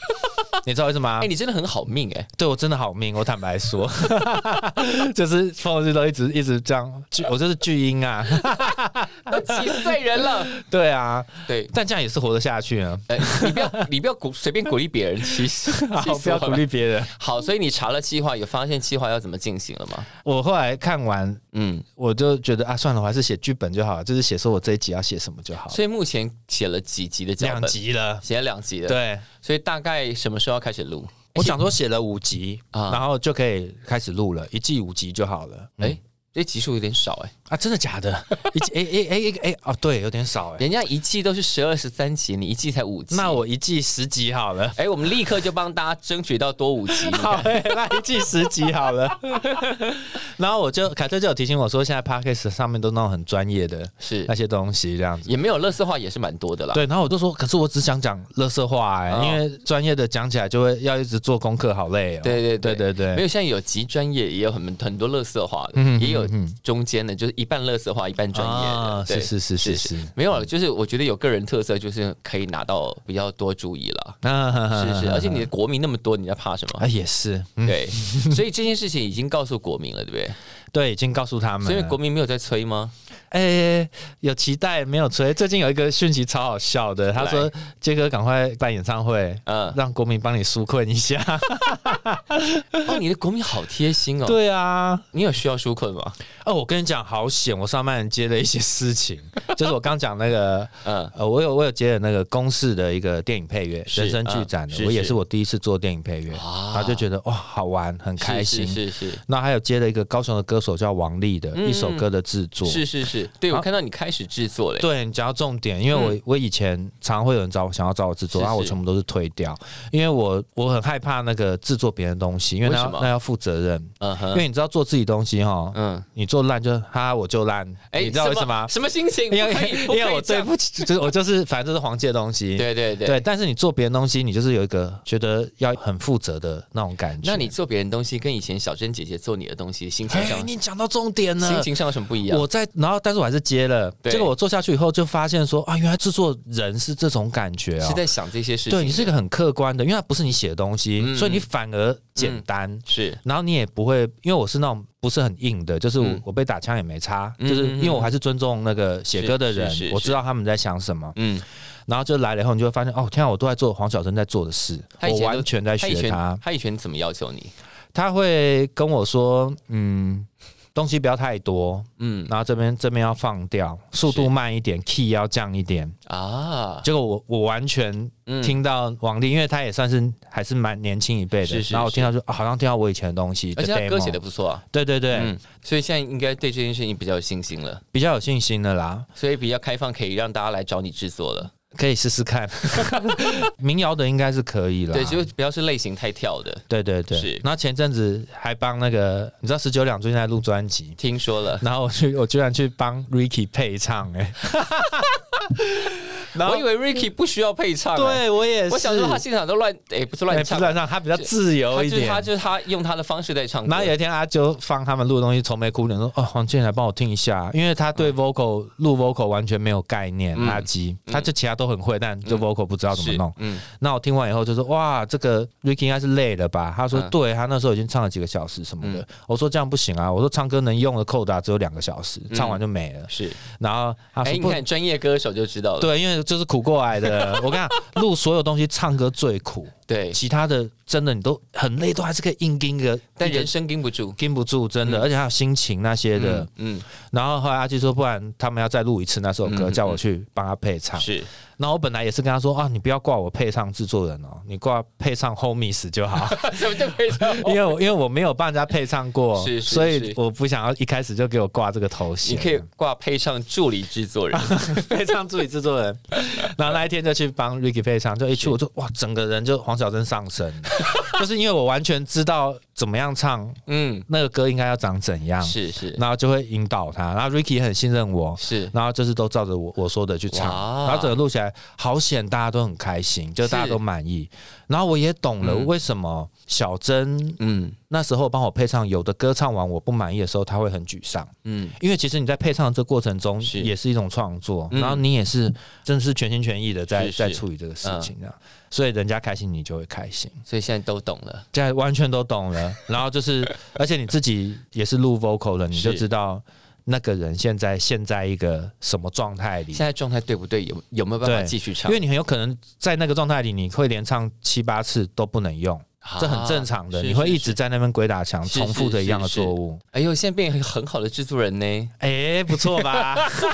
C: 你知道为什么吗？
D: 哎，你真的很好命
C: (laughs)
D: 哎，
C: 对我真的好命，我坦白说， (laughs) 就是风日都一直一直这样，巨我就是巨婴啊， (laughs)
D: 都几岁人了？
C: 对啊，
D: (laughs) 对，
C: 但这样也是活得下去啊。
D: 哎，你不要你不要鼓 (laughs) 随便鼓励别人，其实
C: (laughs) 好，不要鼓。励别人。
D: 好，所以你查了计划，有发现计划要怎么进行了吗？
C: 我后来看完，
D: 嗯，
C: 我就觉得啊，算了，我还是写剧本就好了，就是写说我这一集要写什么就好了。
D: 所以目前写了几集的脚
C: 两
D: 本？
C: 集了，
D: 写了两集的，，
C: 对
D: 所以大概什么时候要开始录？
C: 我想说写了五集，
D: 啊
C: 然后就可以开始录了，一季五集就好了。
D: 哎，这集数有点少哎，
C: 啊，真的假的？ (laughs) 一季哎哎哎哎哦，对，有点 (laughs) 少哎。
D: 人家一季都是十二十三集，你一季才五集，
C: 那我一季十集好了。
D: 哎，我们立刻就帮大家争取到多五集。你
C: (laughs) 好、
D: 看
C: 欸，那一季十集好
D: (laughs)
C: 了。然后我就凯特就有提醒我说，现在 podcast 上面都那种很专业的
D: 是
C: 那些东西，这样子。
D: 也没有乐色话，也是蛮多的啦。
C: 对，然后我就说，可是我只想讲乐色话、欸，
D: 哦
C: 因为专业的讲起来就会要一直做功课，好累哦、
D: 对对
C: 对对对
D: 没有，现在有极专业，也有很很多乐色化的，
C: 嗯嗯
D: 也有
C: 嗯
D: 中间的，就是一半乐色化，一半专业的。
C: 啊
D: 对
C: 是是是是是
D: 没有了，就是我觉得有个人特色，就是可以拿到比较多注意了。
C: (laughs) 啊
D: 是是，而且你的国民那么多，你在怕什
C: 啊
D: 么？
C: 也是，嗯，
D: 对， (laughs) 所以这件事情已经告诉国民了，对不对？
C: 嗯对，已经告诉他们了。
D: 所以国民没有在
C: (laughs)
D: 催吗？
C: 哎、有期待没有催？最近有一个讯息超好笑的，他说杰哥赶快办演唱会，
D: 嗯，
C: 让国民帮你纾困一下。
D: 哦，你的国民好贴心
C: (laughs)
D: 哦。，
C: 对啊，
D: 你有需要纾困吗？
C: 哦，我跟你讲，好险！我上半年接了一些事情，就是我刚讲那个，
D: (laughs) 嗯，
C: 呃，我有我有接了那个公式的一个电影配乐，
D: 是
C: 人生剧展
D: 嗯
C: 的，
D: 是
C: 我也
D: 是
C: 是我第一次做电影配乐，
D: 啊
C: 然后就觉得哇、好玩，很开心。
D: 是是是
C: 那还有接了一个高雄的歌手叫王力的、
D: 嗯
C: 一首歌的制作，
D: 是是是，对我
C: 啊
D: 看到你开始制作了。
C: 对你讲到重点，因为我、我以前常常会有人找我想要找我制作，
D: 嗯是
C: 然后我
D: 是
C: 全部都是推掉，因为我我很害怕那个制作别人的东西，因为
D: 为
C: 那
D: 什么
C: 那要负责任，
D: 嗯
C: 因
D: 哼，
C: 为你知道做自己东西哈，
D: 嗯，
C: 你做烂就哈我就烂，
D: 哎，
C: 你知道为什
D: 什
C: 么
D: 么？？什么心情？
C: 因为
D: 不可以
C: 因为我对，
D: 不可以
C: 不起，就是我就是反正就是黄界的东西，
D: 这样对对对。
C: 对但是你做别的东西，你就是有一个觉得要很负责的那种感觉。
D: 那你做别人东西，跟以前小珍姐姐做你的东西，心情
C: 哎，
D: 上、
C: 你讲到重点了
D: 心。情上有什么不一样？
C: 我在，然后但是我还是接了。
D: 对
C: 结果我做下去以后，就发现说啊，原来制作人是这种感觉啊、
D: 是在想这些事情。
C: 对你是一个很客观的，因为它不是你写的东西，
D: 嗯
C: 所以你反而简单。
D: 是
C: 然后你也不会，因为我是那种不是很硬的，就是我、
D: 嗯
C: 我被打枪也没差，
D: 嗯
C: 就是
D: 嗯
C: 因为我还是尊重那个写歌的人
D: 是是，是
C: 我知道他们在想什么。
D: 嗯，
C: 然后就来了以后，你就会发现，哦，天啊，我都在做黄小生在做的事，
D: 他以
C: 我
D: 前都
C: 完全在
D: 他以
C: 学
D: 前
C: 他。
D: 他以前怎么要求你？
C: 他会跟我说，嗯，东西不要太多，
D: 嗯
C: 然后这边这边要放掉，速
D: 是
C: 度慢一点，key 要降一点。
D: 啊，
C: 结果我我完全
D: 嗯
C: 听到王力，因为他也算是还是蛮年轻一辈的，
D: 是是
C: 然后我听到就、啊好像听到我以前的东西，
D: 而且他歌写的，不错啊。
C: 对对对，
D: 嗯，所以现在应该对这件事情比较有信心了，
C: 比较有信心的啦，
D: 所以比较开放，可以让大家来找你制作了。
C: 可以试试
D: (laughs)
C: 看。民谣的应该是可以啦，
D: 对，就不要是类型太跳的。
C: 对对
D: 是
C: 对。然后前阵子还帮那个，你知道十九两最近在录专辑，
D: 听说了，
C: 然后我去我居然去帮 Ricky 配唱、
D: (laughs)
C: 欸，哎，然后
D: 我以为 Ricky 不需要配唱、哎，
C: 对我也是，
D: 我想说他现场都乱，哎、不是
C: 哎
D: 乱
C: 不
D: 唱
C: 是，乱唱，他比较自
D: 他
C: 由
D: 就
C: 一
D: 是
C: 点，
D: 他就是他用他的方式在唱歌。
C: 然后有一天，他就放他们录的东西，愁眉苦脸说：“哦，黄健来帮我听一下，因为他对 vocal 录 vocal 完全没有概念，
D: 嗯
C: 垃圾，他就其他都很会，但就 vocal 不知道怎么
D: 是
C: 弄。
D: 嗯，
C: 那我听完以后就说：哇，这个 Ricky 应该是累了吧？他说：
D: 嗯
C: 对，他那时候已经唱了几个小时什么的。我说这样不行啊，我说唱歌能用的扣打只有两个小时，唱完就没了。
D: 是。
C: 然后他
D: 嗯哎、
C: 啊说
D: 你
C: 不。
D: 看专业歌手就知道了。
C: 对，因为就是苦过来的。
D: (laughs)
C: 我跟你讲，录所有东西，唱歌最苦，
D: 对，
C: 其他的真的你都很累，都还是可以硬盯个，
D: 但
C: 一个
D: 人生盯不住。
C: 盯不住，真的，而且还有心情那些的。
D: 嗯，
C: 然后后来阿基说，不然他们要再录一次那首歌，
D: 嗯嗯
C: 叫我去帮他配唱 (laughs)
D: 嗯，。是
C: 然后我本来也是跟他说啊，你不要挂我配唱制作人哦，你挂配唱 homies 就
D: (laughs)
C: 好，
D: 什么叫非 (laughs) 常？
C: 因为我因为我没有帮人家配唱过，
D: 是是
C: 所
D: 是
C: 以我不想要一开始就给我挂这个头
D: 你
C: 衔。
D: 可以 (laughs) 挂配上助理制
C: (laughs)
D: 作人，
C: 配唱助理制作人， (laughs) 然后那一天就去帮
D: (laughs)
C: Ricky 配唱，就一去我就哇，整个人就黄小珍上身，就是因为我完全知道怎么样唱
D: 嗯，
C: 那个歌应该要长怎样，
D: 是是
C: 然后就会引导他。然后 Ricky 很信任我，
D: 是，
C: 然后就是都照着我我说的去唱，
D: 哇
C: 然后整个录起来好险，大家都很开心，就是大家都满意。然后我也懂了
D: 嗯
C: 为什么小珍
D: 嗯
C: 那时候帮我配唱，有的歌唱完我不满意的时候，他会很沮丧，
D: 嗯，
C: 因为其实你在配唱的这过程中
D: 是
C: 也是一种创作，
D: 嗯
C: 然后你也是真的是全心全意的在
D: 是是嗯
C: 在处理这个事情这样，所以人家开心你就会开心。
D: 所以现在都懂了，
C: 现在完全都懂了。
D: (laughs)
C: 然后就是，而且你自己也是录 vocal 的，你就是知道那个人现在现在一个什么状态里
D: 现。在状态对不对？有有没有办法
C: 对
D: 继续唱
C: 因？为你很有可能在那个状态里，你会连唱七八次都不能用，
D: 啊
C: 这很正常的。
D: 是
C: 你会
D: 是
C: 一直
D: 是
C: 在那边鬼打墙，
D: 是
C: 重复着一样的
D: 是是
C: 作物。
D: 哎呦，现在变成一个很好的制作人呢。
C: 哎、不错吧？ (laughs)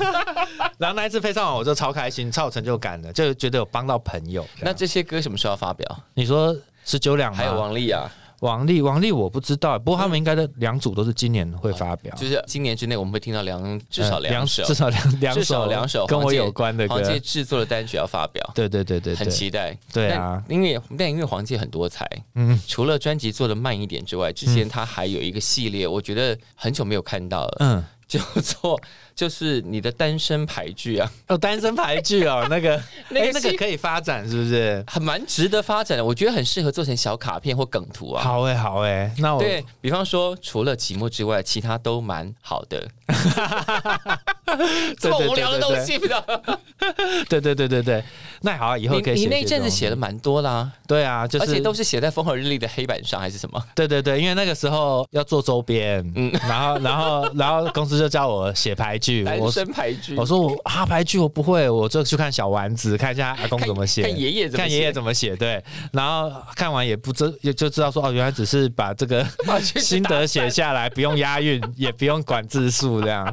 C: 然后那一次配上完，我就超开心，超有成就感的，就觉得有帮到朋友。
D: 那
C: 那
D: 这些歌什么时候要发表？
C: 你说十九两吗
D: 还有王嗯力啊，
C: 王力，王力我不知道，不过他们应该的两组都是今年会发表。
D: 就是今年之内我们会听到两至
C: 呃
D: 少两首，
C: 至少两两
D: 至少
C: 首
D: 两首
C: 跟我
D: 黄玠
C: 有关的歌
D: 黄。玠制作的单曲要发表，
C: 对对对对
D: 很
C: 对，
D: 期待。
C: 对啊，
D: 但因为但因为黄玠很多才，
C: 嗯
D: 除了专辑做的慢一点之外，之前他还有一个系列，我觉得很久没有看到了， (laughs)
C: 嗯，
D: 叫做就是你的单身牌剧啊，
C: 哦，单身牌剧
D: (laughs)
C: 哦，那个
D: 那个
C: 哎那
D: 是
C: 个可以发展是不是？
D: 很蛮值得发展的，我觉得很适合做成小卡片或梗图啊。
C: 好哎好哎，那我
D: 对比方说，除了寂寞之外，其他都蛮好的。
C: (laughs)
D: 这么无聊的东西不知道
C: 对对对对对，那好啊，以后可以
D: 你
C: 写
D: 你那一
C: 这
D: 阵子
C: 种
D: 写的蛮多啦，
C: 对啊，就
D: 而且
C: 是
D: 都是写在风和日丽的黑板上还是什么？
C: 对对对，因为那个时候要做周边，
D: 嗯
C: 然后然后然后公司就叫我写牌剧，
D: 单
C: 我
D: 身牌剧
C: 我，说我啊牌剧我不会，我就去看小丸子，看一下阿公
D: 看
C: 怎么写，
D: 看爷爷怎么
C: 看爷爷怎么写，对，然后看完也不知也就知道说哦，原来只是把这
D: (laughs)
C: 个
D: 哦
C: 心得写下来，不用押韵，也不用管字数这
D: (laughs)
C: 样。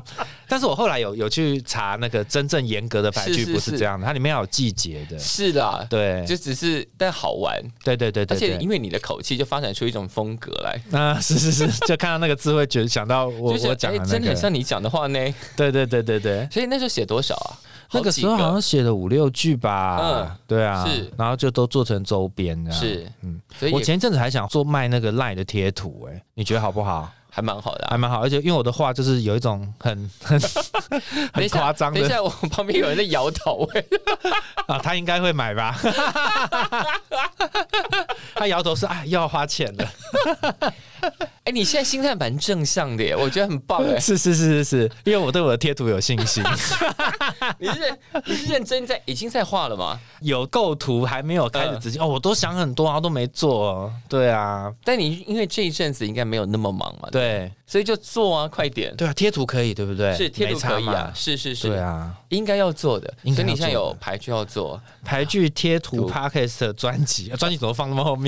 C: 但是我后来有有去查那个真正严格的排
D: 是
C: 剧
D: 是
C: 不是这样的，它里面要有季节的，
D: 是啦，
C: 对，
D: 就只是但好玩，
C: 对对对
D: 而
C: 对
D: 且因
C: 对。
D: 为你的口气就发展出一种风格来。
C: 啊，是是是，就看到那个字会觉得想到我
D: 就是
C: 我讲
D: 哎
C: 的那
D: 真的很
C: 个，
D: 像你讲的话
C: (laughs)
D: 呢，
C: 对对对对对，
D: 所以那时候写多少啊？
C: 那个
D: 几
C: 时候好像写了五六句吧
D: 嗯，
C: 对啊
D: 是，
C: 然后就都做成周边这样。
D: 是，
C: 嗯，
D: 所以
C: 我
D: 也
C: 前一阵子还想做卖那个赖的贴图，哎，你觉得好不好？
D: 还蛮好的啊
C: 还。蛮好，而且因为我的画就是有一种很 (laughs) 很
D: (laughs) 等一
C: 很
D: 下
C: 夸张
D: 等一
C: 的
D: 下，我旁边有人在摇头、
C: (laughs)
D: 哎，
C: 啊，他应该会买
D: (laughs)
C: 吧？他摇头是啊，又要花钱了，。
D: 哎，你现在心态蛮正向的耶，我觉得很棒哎
C: (laughs) 是是是是是，因为我对我的贴图有信心， (laughs)
D: 你是认你是认真在已经在画了吗？
C: 有构图还没有开始
D: 嗯
C: 执行、哦，我都想很多，然后都没做，对啊，
D: 但你因为这一阵子应该没有那么忙嘛，，
C: 对
D: 所以就做啊，快点。
C: 对啊，贴图可以对不对？
D: 是贴图
C: 没差
D: 可以啊
C: 嘛，
D: 是是是，
C: 对，啊，
D: 应该要做的。
C: 应
D: 所
C: 该要做的
D: 以你现在有排剧要做，
C: 排剧贴
D: 图
C: 图 podcast 专
D: (laughs)
C: 辑，啊专辑怎么放那么后 (laughs) 面？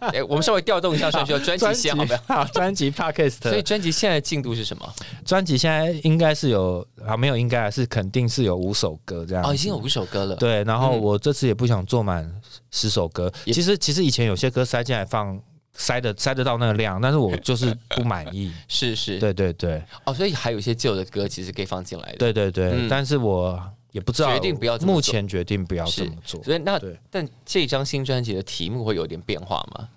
D: 哎，我们稍微调
C: (laughs)
D: 动一下顺序，专辑先好没有？
C: 好，专辑 podcast，
D: 所以专辑现在的进度是什么？
C: 专辑现在应该是有啊，没有应该是肯定是有五首歌这样。
D: 哦，已经有五首歌了。，
C: 啊对，然后
D: 嗯
C: 我这次也不想做满十首歌。
D: 也
C: 其实其实以前有些歌塞进来放，塞的塞得到那个量，但是
D: (laughs)
C: 我就是不满意。
D: 是 (laughs) 是，
C: 对对对
D: 哦，所以还有一些旧的歌其实可以放进来的。
C: 对对对，
D: 嗯
C: 但是我也不知道
D: 决定不要这么做
C: 目前决定不要这么做。
D: 所以那
C: 对
D: 但这张新专辑的题目会有点变化吗？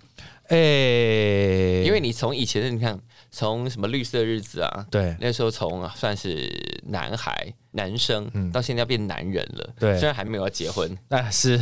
C: 哎，
D: 因为你从以前的你看，从什么绿色日子啊，
C: 对
D: 那时候从算是男孩、男生，
C: 嗯
D: 到现在变男人了。
C: 对
D: 虽然还没有要
C: (laughs)
D: 结婚，
C: 啊是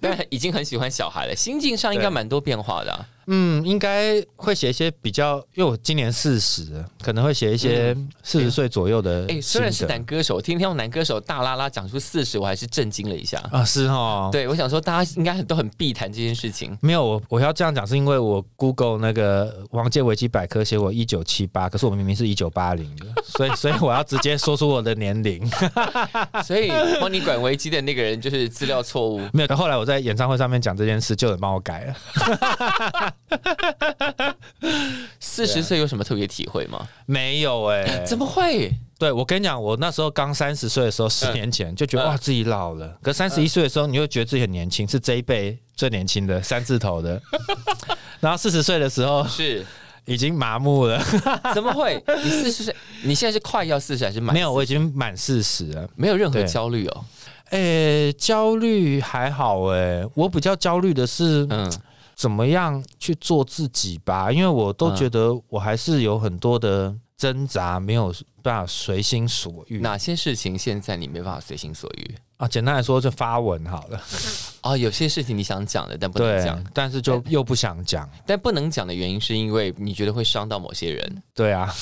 D: 但已经很喜欢小孩了。心境上应该
C: 对
D: 蛮多变化的啊、
C: 嗯，应该会写一些比较，因为我今年四十，可能会写一些四十岁左右的心得。
D: 嗯哎、虽然是男歌手，听听到男歌手大拉拉讲出四十，我还是震惊了一下。
C: 啊是哦，
D: 对，我想说，大家应该很都很避谈这件事情。
C: 没有，我我要这样讲，是因为我 Google 那个王健维基百科写我一九七八，可是我明明是一九八零的，
D: (laughs)
C: 所以所以我要直接说出我的年龄。 (laughs)
D: (laughs) 所以帮你管危机的那个人就是资料
C: (laughs)
D: 错误。
C: 没有，后来我在演唱会上面讲这件事，就有人帮我改了。
D: 四十岁有什么特别体会吗？
C: 没有啊哎、
D: 怎么会？
C: 对我跟你讲，我那时候刚三十岁的时候，十年前就觉得、
D: 嗯
C: 哇自己老了，可三十一岁的时候，你又觉得自己很年轻，是这一辈最年轻的三字头的。 (laughs) 然后四十岁的时候
D: 是
C: 已经麻木了，
D: (laughs) 怎么会？你四十岁，你现在是快要四十还是满？
C: 没有，，我已经满四十了。
D: 没有任何
C: 对
D: 焦虑哦。
C: 诶、焦虑还好诶、我比较焦虑的是，
D: 嗯，
C: 怎么样去做自己吧，因为我都觉得我还是有很多的挣扎，没有办法随心所欲。
D: 哪些事情现在你没办法随心所欲
C: 啊，简单来说就发文好了，
D: 啊、有些事情你想讲的，但不能
C: 对
D: 讲，，
C: 但是就又不想讲，
D: 但不能讲的原因是因为你觉得会伤到某些人。
C: 对啊，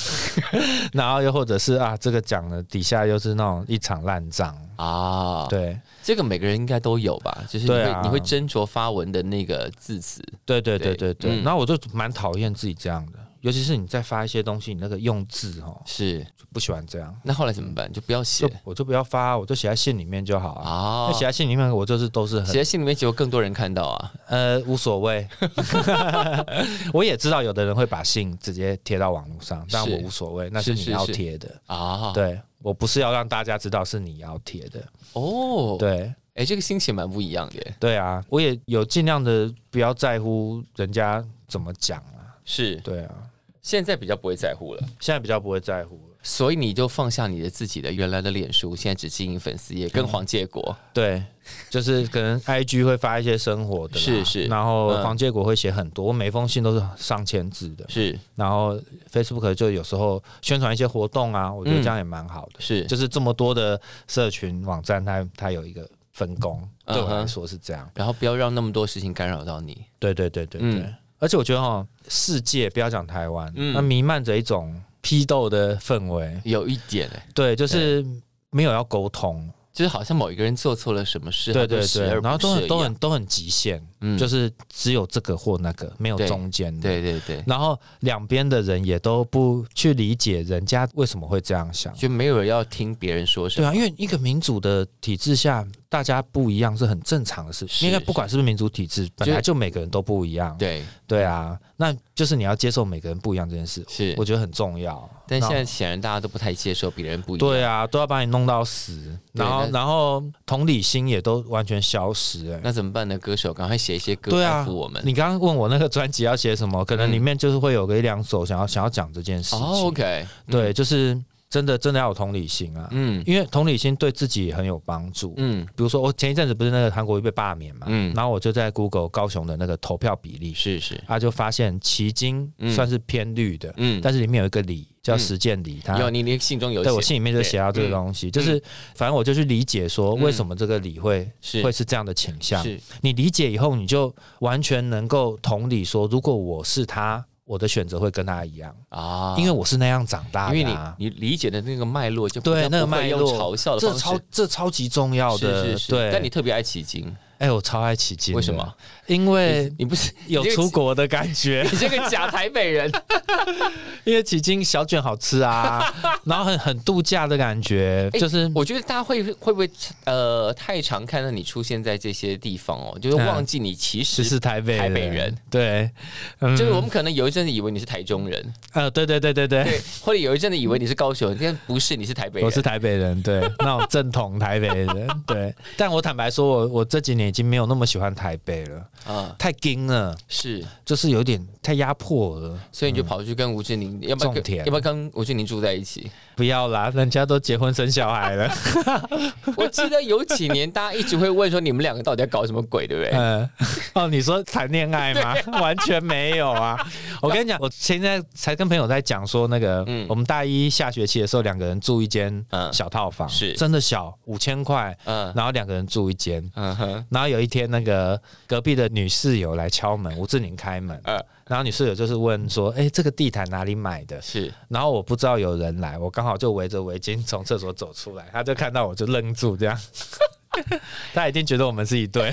C: (laughs) 然后又或者是啊，这个讲了底下又是那种一场烂仗，
D: 啊，，
C: 对
D: 这个每个人应该都有吧？就是你会、
C: 对啊
D: 你会斟酌发文的那个字词，
C: 对对对
D: 对
C: 对对，
D: 嗯
C: 然后我就蛮讨厌自己这样的，尤其是你在发一些东西，你那个用字哦，
D: 是。
C: 就不喜欢这样，
D: 那后来怎么办？就不要写
C: 就我就不要发，我就写在信里面就好啊。
D: 啊
C: 那，写在信里面，我就是都是
D: 写
C: 很
D: 在信里面，结果更多人看到啊。
C: 呃无所
D: (laughs)
C: 谓。 (laughs) 我也知道有的人会把信直接贴到网络上，但
D: 是
C: 我无所谓，那是
D: 是
C: 你
D: 是
C: 要
D: 是
C: 贴的。
D: 啊，
C: 对我不是要让大家知道是你要贴的。
D: 哦，，
C: 对
D: 哎，这个心情蛮不一样的耶，
C: 对啊，我也有尽量的不要在乎人家怎么讲啊。
D: 是
C: 对啊，
D: 现在比较不会在乎了，
C: 现在比较不会在乎了。
D: 所以你就放下你的自己的原来的脸书，现在只经营粉丝页，跟黄建国
C: 对，就是可能 I G 会发一些生活的啦，
D: 是是
C: 然后
D: 嗯
C: 黄建国会写很多，我每封信都是上千字的。
D: 是
C: 然后 Facebook 就有时候宣传一些活动啊，我觉得这样也蛮好的。
D: 是
C: 就是这么多的社群网站，它它有一个分工，对我
D: 嗯哼
C: 来说是这样。
D: 然后不要让那么多事情干扰到你。
C: 对对对对对。
D: 嗯
C: 而且我觉得哈，世界不要讲台湾，
D: 嗯
C: 那弥漫着一种批斗的氛围。
D: 有一点哎，
C: 对，就是没有要沟通，
D: 就是好像某一个人做错了什么事，
C: 对
D: 他都
C: 对
D: 视
C: 对
D: 而，不
C: 然后都
D: 舍
C: 很
D: 一
C: 都
D: 样
C: 很都很极限，
D: 嗯
C: 就是只有这个或那个，没有
D: 对
C: 中间的。
D: 对对对，
C: 然后两边的人也都不去理解人家为什么会这样想，
D: 就没有人要听别人说什
C: 对
D: 么。
C: 啊，因为一个民主的体制下，大家不一样是很正常的事。
D: 是
C: 因为不管是不是民主体制，本来就每个人都不一样。
D: 对，
C: 对啊，那就是你要接受每个人不一样这件事，
D: 是
C: 我觉得很重要。
D: 但现
C: 然
D: 在
C: 后
D: 显然大家都不太接受别人不一样。
C: 对啊，都要把你弄到死，
D: 对
C: 然后
D: 那
C: 然后同理心也都完全消失、哎，
D: 那怎么办呢？歌手赶快写一些歌
C: 对
D: 安
C: 啊
D: 抚我们。
C: 你刚刚问我那个专辑要写什么，可能
D: 嗯
C: 里面就是会有个一两首想要想要讲这件事情。
D: 哦，OK，
C: 对，就是真的真的要有同理心啊，
D: 嗯
C: 因为同理心对自己也很有帮助。
D: 嗯，
C: 比如说我哦前一阵子不是那个韩国瑜被罢免嘛，
D: 嗯
C: 然后我就在 Google 高雄的那个投票比例，
D: 是是，
C: 他就发现迄今
D: 嗯
C: 算是偏绿的，
D: 嗯，
C: 但是里面有一个理叫
D: 嗯
C: 实践理，他
D: 有你你信中有
C: 对我
D: 写
C: 信里面就写到这
D: 嗯
C: 个东西，就是反正我就去理解说为什么这个理会
D: 是
C: 会是这样的倾向，
D: 是
C: 你理解以后，你就完全能够同理说，如果我是他。我的选择会跟他一样，
D: 啊，
C: 因为我是那样长大
D: 因为
C: 的、
D: 你
C: 啊。
D: 你理解的那个脉络就比
C: 对
D: 较
C: 那个
D: 不会
C: 脉
D: 用
C: 络
D: 嘲笑的
C: 这
D: 方
C: 超
D: 式
C: 这超级重要的，
D: 是是是，
C: 对。
D: 但你特别爱起经，
C: 哎、我超爱奇迹。
D: 为什么？？
C: 因为
D: 你不是
C: (laughs) 有
D: 你这个
C: 出国的感
D: (laughs)
C: 觉，
D: 你这个
C: (laughs)
D: 假台北人
C: 因为奇经小卷好吃
D: (laughs)
C: 啊，然后很很度假的感觉，
D: 哎
C: 就是
D: 我觉得大家会会不会呃太常看到你出现在这些地方哦，就是
C: 嗯
D: 忘记你其
C: 只
D: 实
C: 是台北
D: 台北人，
C: 对，嗯，
D: 就是我们可能有一阵子以为你是台
C: (laughs)
D: 中人，
C: 呃，对对对对对，
D: 对，或者有一阵子以为你是高雄人，但不是，你是台北人。
C: 我是台北人，对，那种正统台北人，对。 (laughs) 但我坦白说，我我这几年已经没有那么喜欢台北了，
D: 啊，
C: 太硬了，
D: 是，
C: 就是有点太压迫了。
D: 所以你就跑去跟吴志宁，要不要
C: 嗯种
D: 跟
C: 田
D: 要不要跟吴志宁住在一起？
C: 不要啦，人家都结婚生小孩了，
D: 我记得有几年大家一直会问说你们两个到底要搞什么鬼，对不对？
C: (laughs) 嗯， (laughs) 哦，你说谈恋爱 (laughs) 吗？完全没有啊！ (laughs) 我跟你讲，我现在才跟朋友在讲说，那个、
D: 嗯
C: 我们大一下学期的时候，两个人住一间
D: 嗯
C: 小套房，
D: 是
C: 真的小，五千块，
D: 嗯
C: 然后两个人住一间。
D: 嗯哼，
C: 然后有一天，那个隔壁的女室友来敲门，吴志宁开门，
D: 呃，
C: 然后女室友就是问说：“哎，这个地毯哪里买的？”
D: 是
C: 然后我不知道有人来，我刚好就围着围巾从厕所走出来，他就看到我就愣住，这样， (laughs) 他一定觉得我们是一对。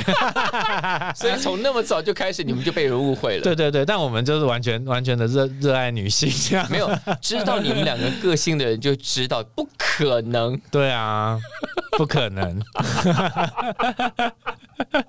D: 所以从那么早就开始，你们就被人误会
C: (laughs)
D: 了。
C: 对，对对，但我们就是完全完全的热热爱女性这样。
D: 没有知道你们两个个性的人就知道不可能。
C: (laughs) 对啊，不可能。 (laughs)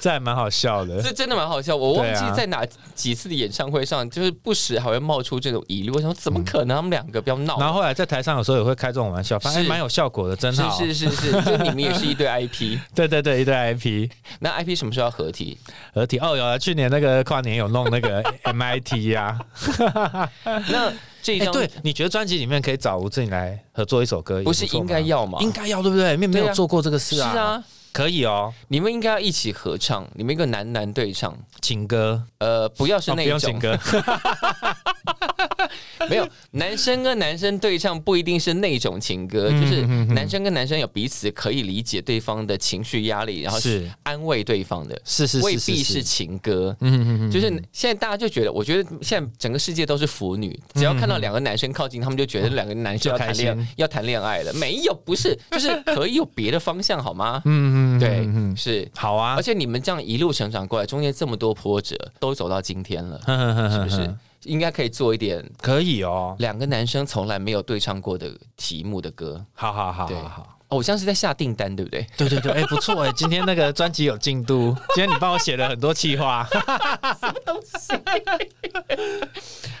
C: 这还蛮好笑的。
D: 这真的蛮好笑，我忘记
C: 对啊
D: 在哪几次的演唱会上，就是不时还会冒出这种疑虑。我想说怎么可能？他们两个不要闹
C: 然。后后来在台上有时候也会开这种玩笑，发现
D: 是
C: 哎蛮有效果的，真好。
D: 是是是是，就你们也是一对 IP，
C: 对对对，一对 IP
D: 那 IP 什么时候要合体？
C: 合体哦，有啊，去年那个跨年有弄那
D: (laughs)
C: 个 MIT 呀、啊。
D: 那这一
C: 哎、
D: 张
C: 对，你觉得专辑里面可以找吴志颖来合作一首歌也
D: 不
C: 错吗，
D: 是应该要吗？
C: 应该要对不对？没没
D: 对
C: 有
D: 啊
C: 做过这个事啊。
D: 是啊，
C: 可以哦，
D: 你们应该要一起合唱，你们一个男男对唱，
C: 情歌
D: 呃，不要是
C: 哦不
D: 那
C: 用
D: 一
C: 情
D: 种，
C: 歌，
D: (laughs) 没有男生跟男生对唱不一定是那种情歌，
C: 嗯
D: 就是男生跟男生有彼此可以理解对方的情绪压力，然后
C: 是
D: 安慰对方的，
C: 是是
D: 未
C: 是
D: 必是
C: 是，
D: 情歌。
C: 嗯嗯嗯，
D: 就是现在大家就觉得，我觉得现在整个世界都是腐女，只要看到两个男生靠近，他们就觉得两个男生要谈
C: 嗯就开
D: 恋
C: 心
D: 要谈恋爱了。没有，不是，就是可以有别的方向，好吗？
C: 嗯嗯，
D: 对
C: 嗯，嗯
D: 是。
C: 好啊 (laughs)
D: 而，且你们这样一路成长过来，中间这么多波折，都走到今天了，
C: 是
D: 是不是？应该可以做一点
C: 可以哦，
D: 两个男生从来没有对唱过的题目的歌。
C: 好好好
D: 对
C: 好好。
D: 哦，我像是在下订单，对不对？
C: 对对对，哎、不错哎、今天那个专辑有进度，今天你帮我写了很多企划，
D: (laughs)
C: (laughs)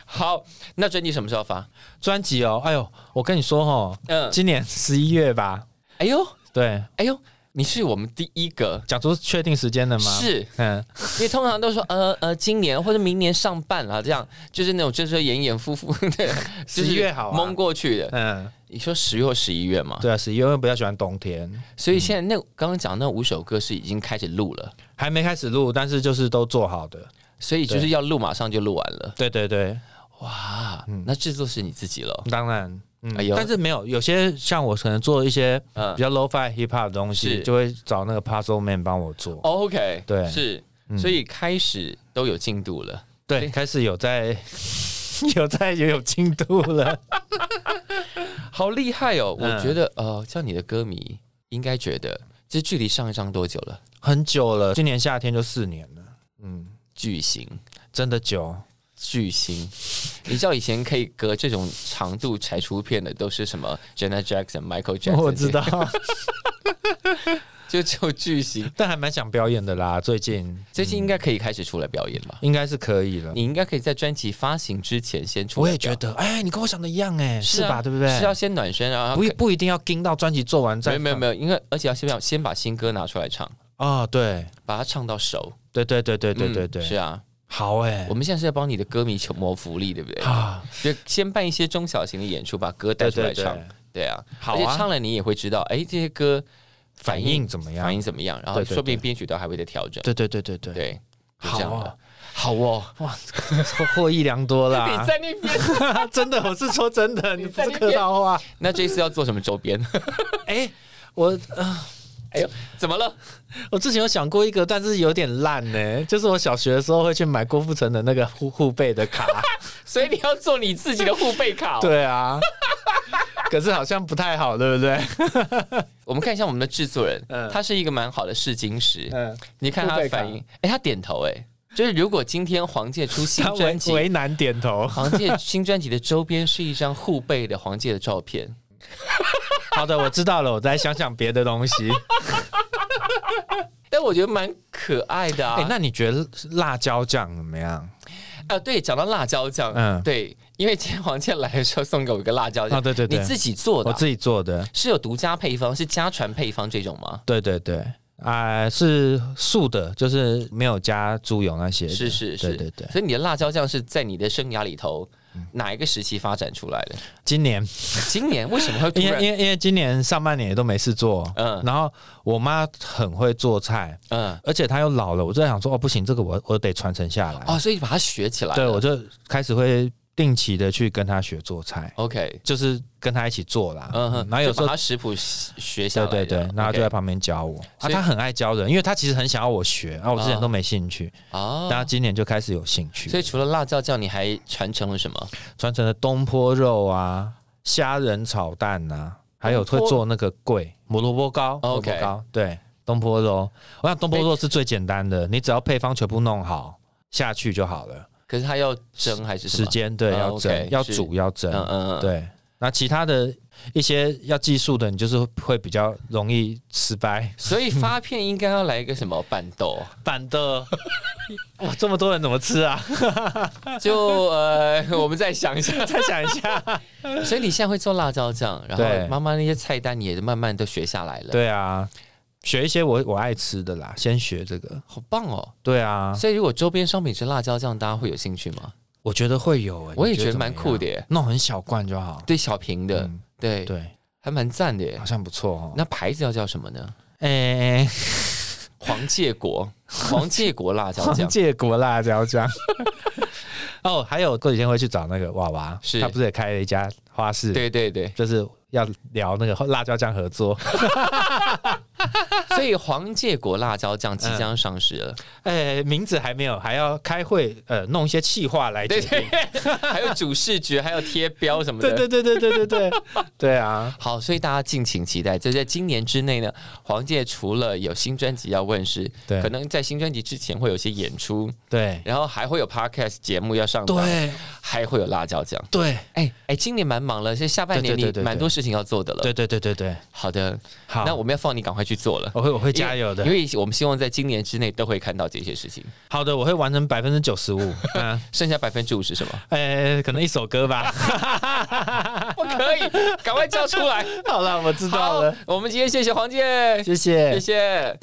D: 好，那专辑什么时候发？
C: 专辑哦，哎呦，我跟你说哦，
D: 嗯，
C: 今年十一月吧，
D: 哎呦，
C: 对，
D: 哎呦，你是我们第一个，
C: 讲出确定时间了吗？，
D: 是
C: 嗯，
D: 因为通常都说呃呃，今年或者明年上半啦，这样就是那种遮遮掩掩、 (laughs) 敷敷的，就
C: 11
D: 是
C: 月好啊
D: 蒙过去的。
C: 嗯，
D: 你说十月或十一月嘛？
C: 对啊，十一月因为比较喜欢冬天，
D: 所以现在那刚刚讲那五首歌是已经开始录了，
C: 还没开始录，但是就是都做好的，
D: 所以就是
C: 对
D: 要录马上就录完了。嗯
C: 对对对，
D: 哇，那制作是你自己了，
C: 当然，嗯，
D: 哎呦
C: 但是没有有些像我可能做一些
D: 嗯
C: 比较 low fi hip hop 的东西，
D: 是哦
C: 就会找那个 Puzzle Man 帮我做，
D: ，OK，
C: 对
D: 是，
C: 嗯
D: 所以开始都有进度了。
C: 对，开始有在 (laughs) 有在也有进度
D: (laughs)
C: 了，
D: 好厉害哦！
C: 嗯
D: 我觉得，呃，像你的歌迷应该觉得，这距离上一张多久了？
C: 很久了，今年夏天就四年了，嗯。
D: 巨星，
C: 真的久，
D: 巨星，你知道以前可以隔这种长度才出片的都是什么 Jenna Jackson、Michael Jackson，
C: 我知道，
D: (laughs)
C: (laughs)
D: 就只有巨星。
C: 但还蛮想表演的啦。最近
D: 最近应该可以开始出来表演吧？
C: 应该是可以了，
D: 你应该可以在专辑发行之前先出来
C: 我
D: 表演。
C: 也觉得，哎、你跟我想的一样、哎，
D: 是
C: 是
D: 啊
C: 吧？对不对？
D: 是要先暖身，然后
C: 不一不一定要盯到专辑做完
D: 没
C: 再
D: 有没有
C: 放
D: 没有，因为而且要先把先把新歌拿出来唱，
C: 哦，对
D: 把它唱到熟。
C: 对对对对对
D: 嗯
C: 对对，
D: 是啊，
C: 好哎、
D: 我们现在是在帮你的歌迷求谋福利，对不对？
C: 啊，
D: 就先办一些中小型的演出，把歌
C: 对
D: 带出来
C: 对
D: 唱。
C: 对，
D: 对啊，
C: 好
D: 而且
C: 啊
D: 唱了你也会知道，哎，这些歌
C: 反应怎么样
D: 反？应怎么样，然后
C: 对对
D: 说不定
C: 对
D: 编曲都还会再调整。
C: 对对对对对，
D: 对，就
C: 好
D: 这样了
C: 哦。，啊
D: 好哦，
C: 获 (laughs) 获益良多啦
D: (laughs) 你！在那
C: (laughs)
D: 边，
C: 真的，我是说真的，你不
D: 在
C: 是
D: 那
C: 客套话。
D: 那这次要做什么
C: (laughs)
D: 周边？
C: 哎、我哎
D: 怎么了？
C: 我之前有想过一个，但是有点烂呢、就是我小学的时候会去买郭富城的那个护护背的卡。
D: 所以你要做你自己的护背卡、，哦
C: (laughs) 对啊，可是好像不太好，对不
D: (laughs)
C: 对？
D: 我们看一下我们的制作人，
C: 嗯
D: 他是一个蛮好的试金石。
C: 嗯，
D: 你看他的反
C: 护
D: 应，哎，他点头，哎，就是如果今天黄玠出新
C: 他为
D: 专辑，。
C: 为难点头
D: 黄玠新专辑的周边是一张护背的黄玠的照片。
C: 好的，我知道了，我再想想别的东西。
D: 但我觉得蛮可爱的啊！
C: 哎、那你觉得辣椒酱怎么样？
D: 啊，对，讲到辣椒酱，嗯，
C: 嗯
D: 对，因为今天黄健来的时候送给我一个辣椒酱，
C: 哦对对对
D: 你自己做的
C: 我
D: 啊、
C: 自己做的，
D: 是有独家配方，是家传配方这种吗？
C: 对对对，啊、是素的，就是没有加猪油那些的。
D: 是是是，
C: 对对嗯对。
D: 所以你的辣椒酱是在你的生涯里头哪一个时期发展出来的？
C: 今年，
D: 今年为什么会突
C: 因为
D: 然？
C: 因为因为今年上半年也都没事做，
D: 嗯
C: 嗯，然后我妈很会做菜，
D: 嗯，
C: 而且她又老了，我就在想说，哦，不行，这个我我得传承下来。
D: 哦，所以把它学起来了。
C: 对，我就开始会定期的去跟他学做菜，
D: OK，
C: 就是跟他一起做啦。
D: 嗯哼，
C: 然后有时
D: 就
C: 候
D: 把它食谱学下
C: 对
D: 来
C: 对对，然后就在旁边教我。啊，
D: 所以
C: 他很爱教人，因为他其实很想要我学，啊，我之前都没兴趣，
D: 啊
C: 但他今年就开始有兴趣。
D: 所以除了辣椒酱，你还传承了什么？
C: 传承的东坡肉啊、虾仁炒蛋啊，还有会做那个桂母萝卜糕、萝
D: OK
C: 卜糕，对，东坡肉。我想东坡肉是最简单
D: 哎
C: 的，你只要配方全部弄好下去就好了。
D: 可是它要蒸还是什
C: 时
D: 么？
C: 间对
D: 啊
C: 要
D: OK，
C: 蒸、要
D: 是
C: 煮、要蒸，
D: 嗯嗯嗯，
C: 对，那其他的一些要技术的，你就是会比较容易失败。
D: 所以发片应该要来一个什么拌
C: (laughs)
D: 豆，
C: 板的，哇，这么多人怎么吃啊？
D: 就呃， (laughs) 我们再想一
C: (laughs)
D: 下。
C: 再想一下。
D: 所以你现在会做辣椒酱，然后
C: 对
D: 妈妈那些菜单你也慢慢都学下来
C: (laughs)
D: 了，，
C: 对啊，学一些我我爱吃的啦，先学这个。
D: 好棒哦。
C: 对啊，
D: 所以如果周边商品是辣椒酱，大家会有兴趣吗？
C: 我觉得会有、欸，
D: 我也
C: 你
D: 觉得蛮
C: 怎么
D: 酷
C: 样
D: 的，耶，
C: 弄很小罐就好。
D: 对，小瓶的，
C: 嗯
D: 对，
C: 对，
D: 还蛮赞的耶
C: 好。像不错哦。
D: 那牌子要叫什么呢？
C: 哎、 (laughs)
D: 黄介国，黄介国辣椒
C: 黄
D: 酱，
C: 介国辣椒 (laughs) 酱。哦，还有过几天会去找那个娃娃，
D: 是
C: 他不是也开了一家花市，，
D: 对对对，
C: 就是要聊那个辣椒酱合 (laughs) 作。 (laughs)
D: 所以黄介国辣椒酱即将上市了，
C: 呃，名字还没有，还要开会，呃，弄一些企划来决
D: 对
C: 定。
D: 对，还有主视觉，还有贴标什么的，
C: 嗯对对对对对对对 (laughs) 对啊！
D: 好，所以大家敬请期待。就在今年之内呢，黄玠除了有新专辑要问世，
C: 对
D: 可能在新专辑之前会有一些演出，
C: 对
D: 然后还会有 podcast 节目要上档，
C: 对
D: 还会有辣椒酱。
C: 对
D: 哎哎，今年蛮忙了，所以下半年
C: 对
D: 你
C: 对对对对
D: 蛮多事情要做的了。
C: 对对对对对，
D: 好的，
C: 好，
D: 那我们要放你赶快去做了。
C: 我会我会加油的
D: 因。为因为我们希望在今年之内都会看到这些事情，
C: 好的，我会完成百分之九 (laughs) 十五。嗯，
D: 剩下百分之五十什
C: (laughs)
D: 么？
C: 呃，可能一首歌吧。
D: 不可以，赶快叫出来。
C: (laughs) 好了，我知道
D: 好
C: 了，，
D: 我们今天谢谢黄玠，
C: 谢谢
D: 谢谢。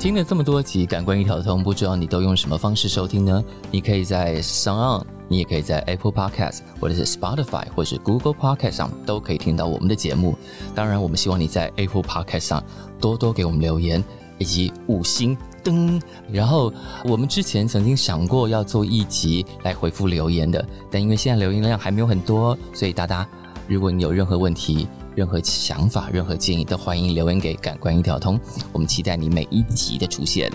D: 听了这么多集《感官一条通》，不知道你都用什么方式收听呢？你可以在 s o n 你也可以在 Apple Podcast 或者是 Spotify 或者是 Google Podcast 上都可以听到我们的节目。当然，我们希望你在 Apple Podcast 上多多给我们留言以及五星。噔，然后我们之前曾经想过要做一集来回复留言的，但因为现在留言量还没有很多，所以大家如果你有任何问题、任何想法、任何建议，都欢迎留言给感官一条通。我们期待你每一集的出现。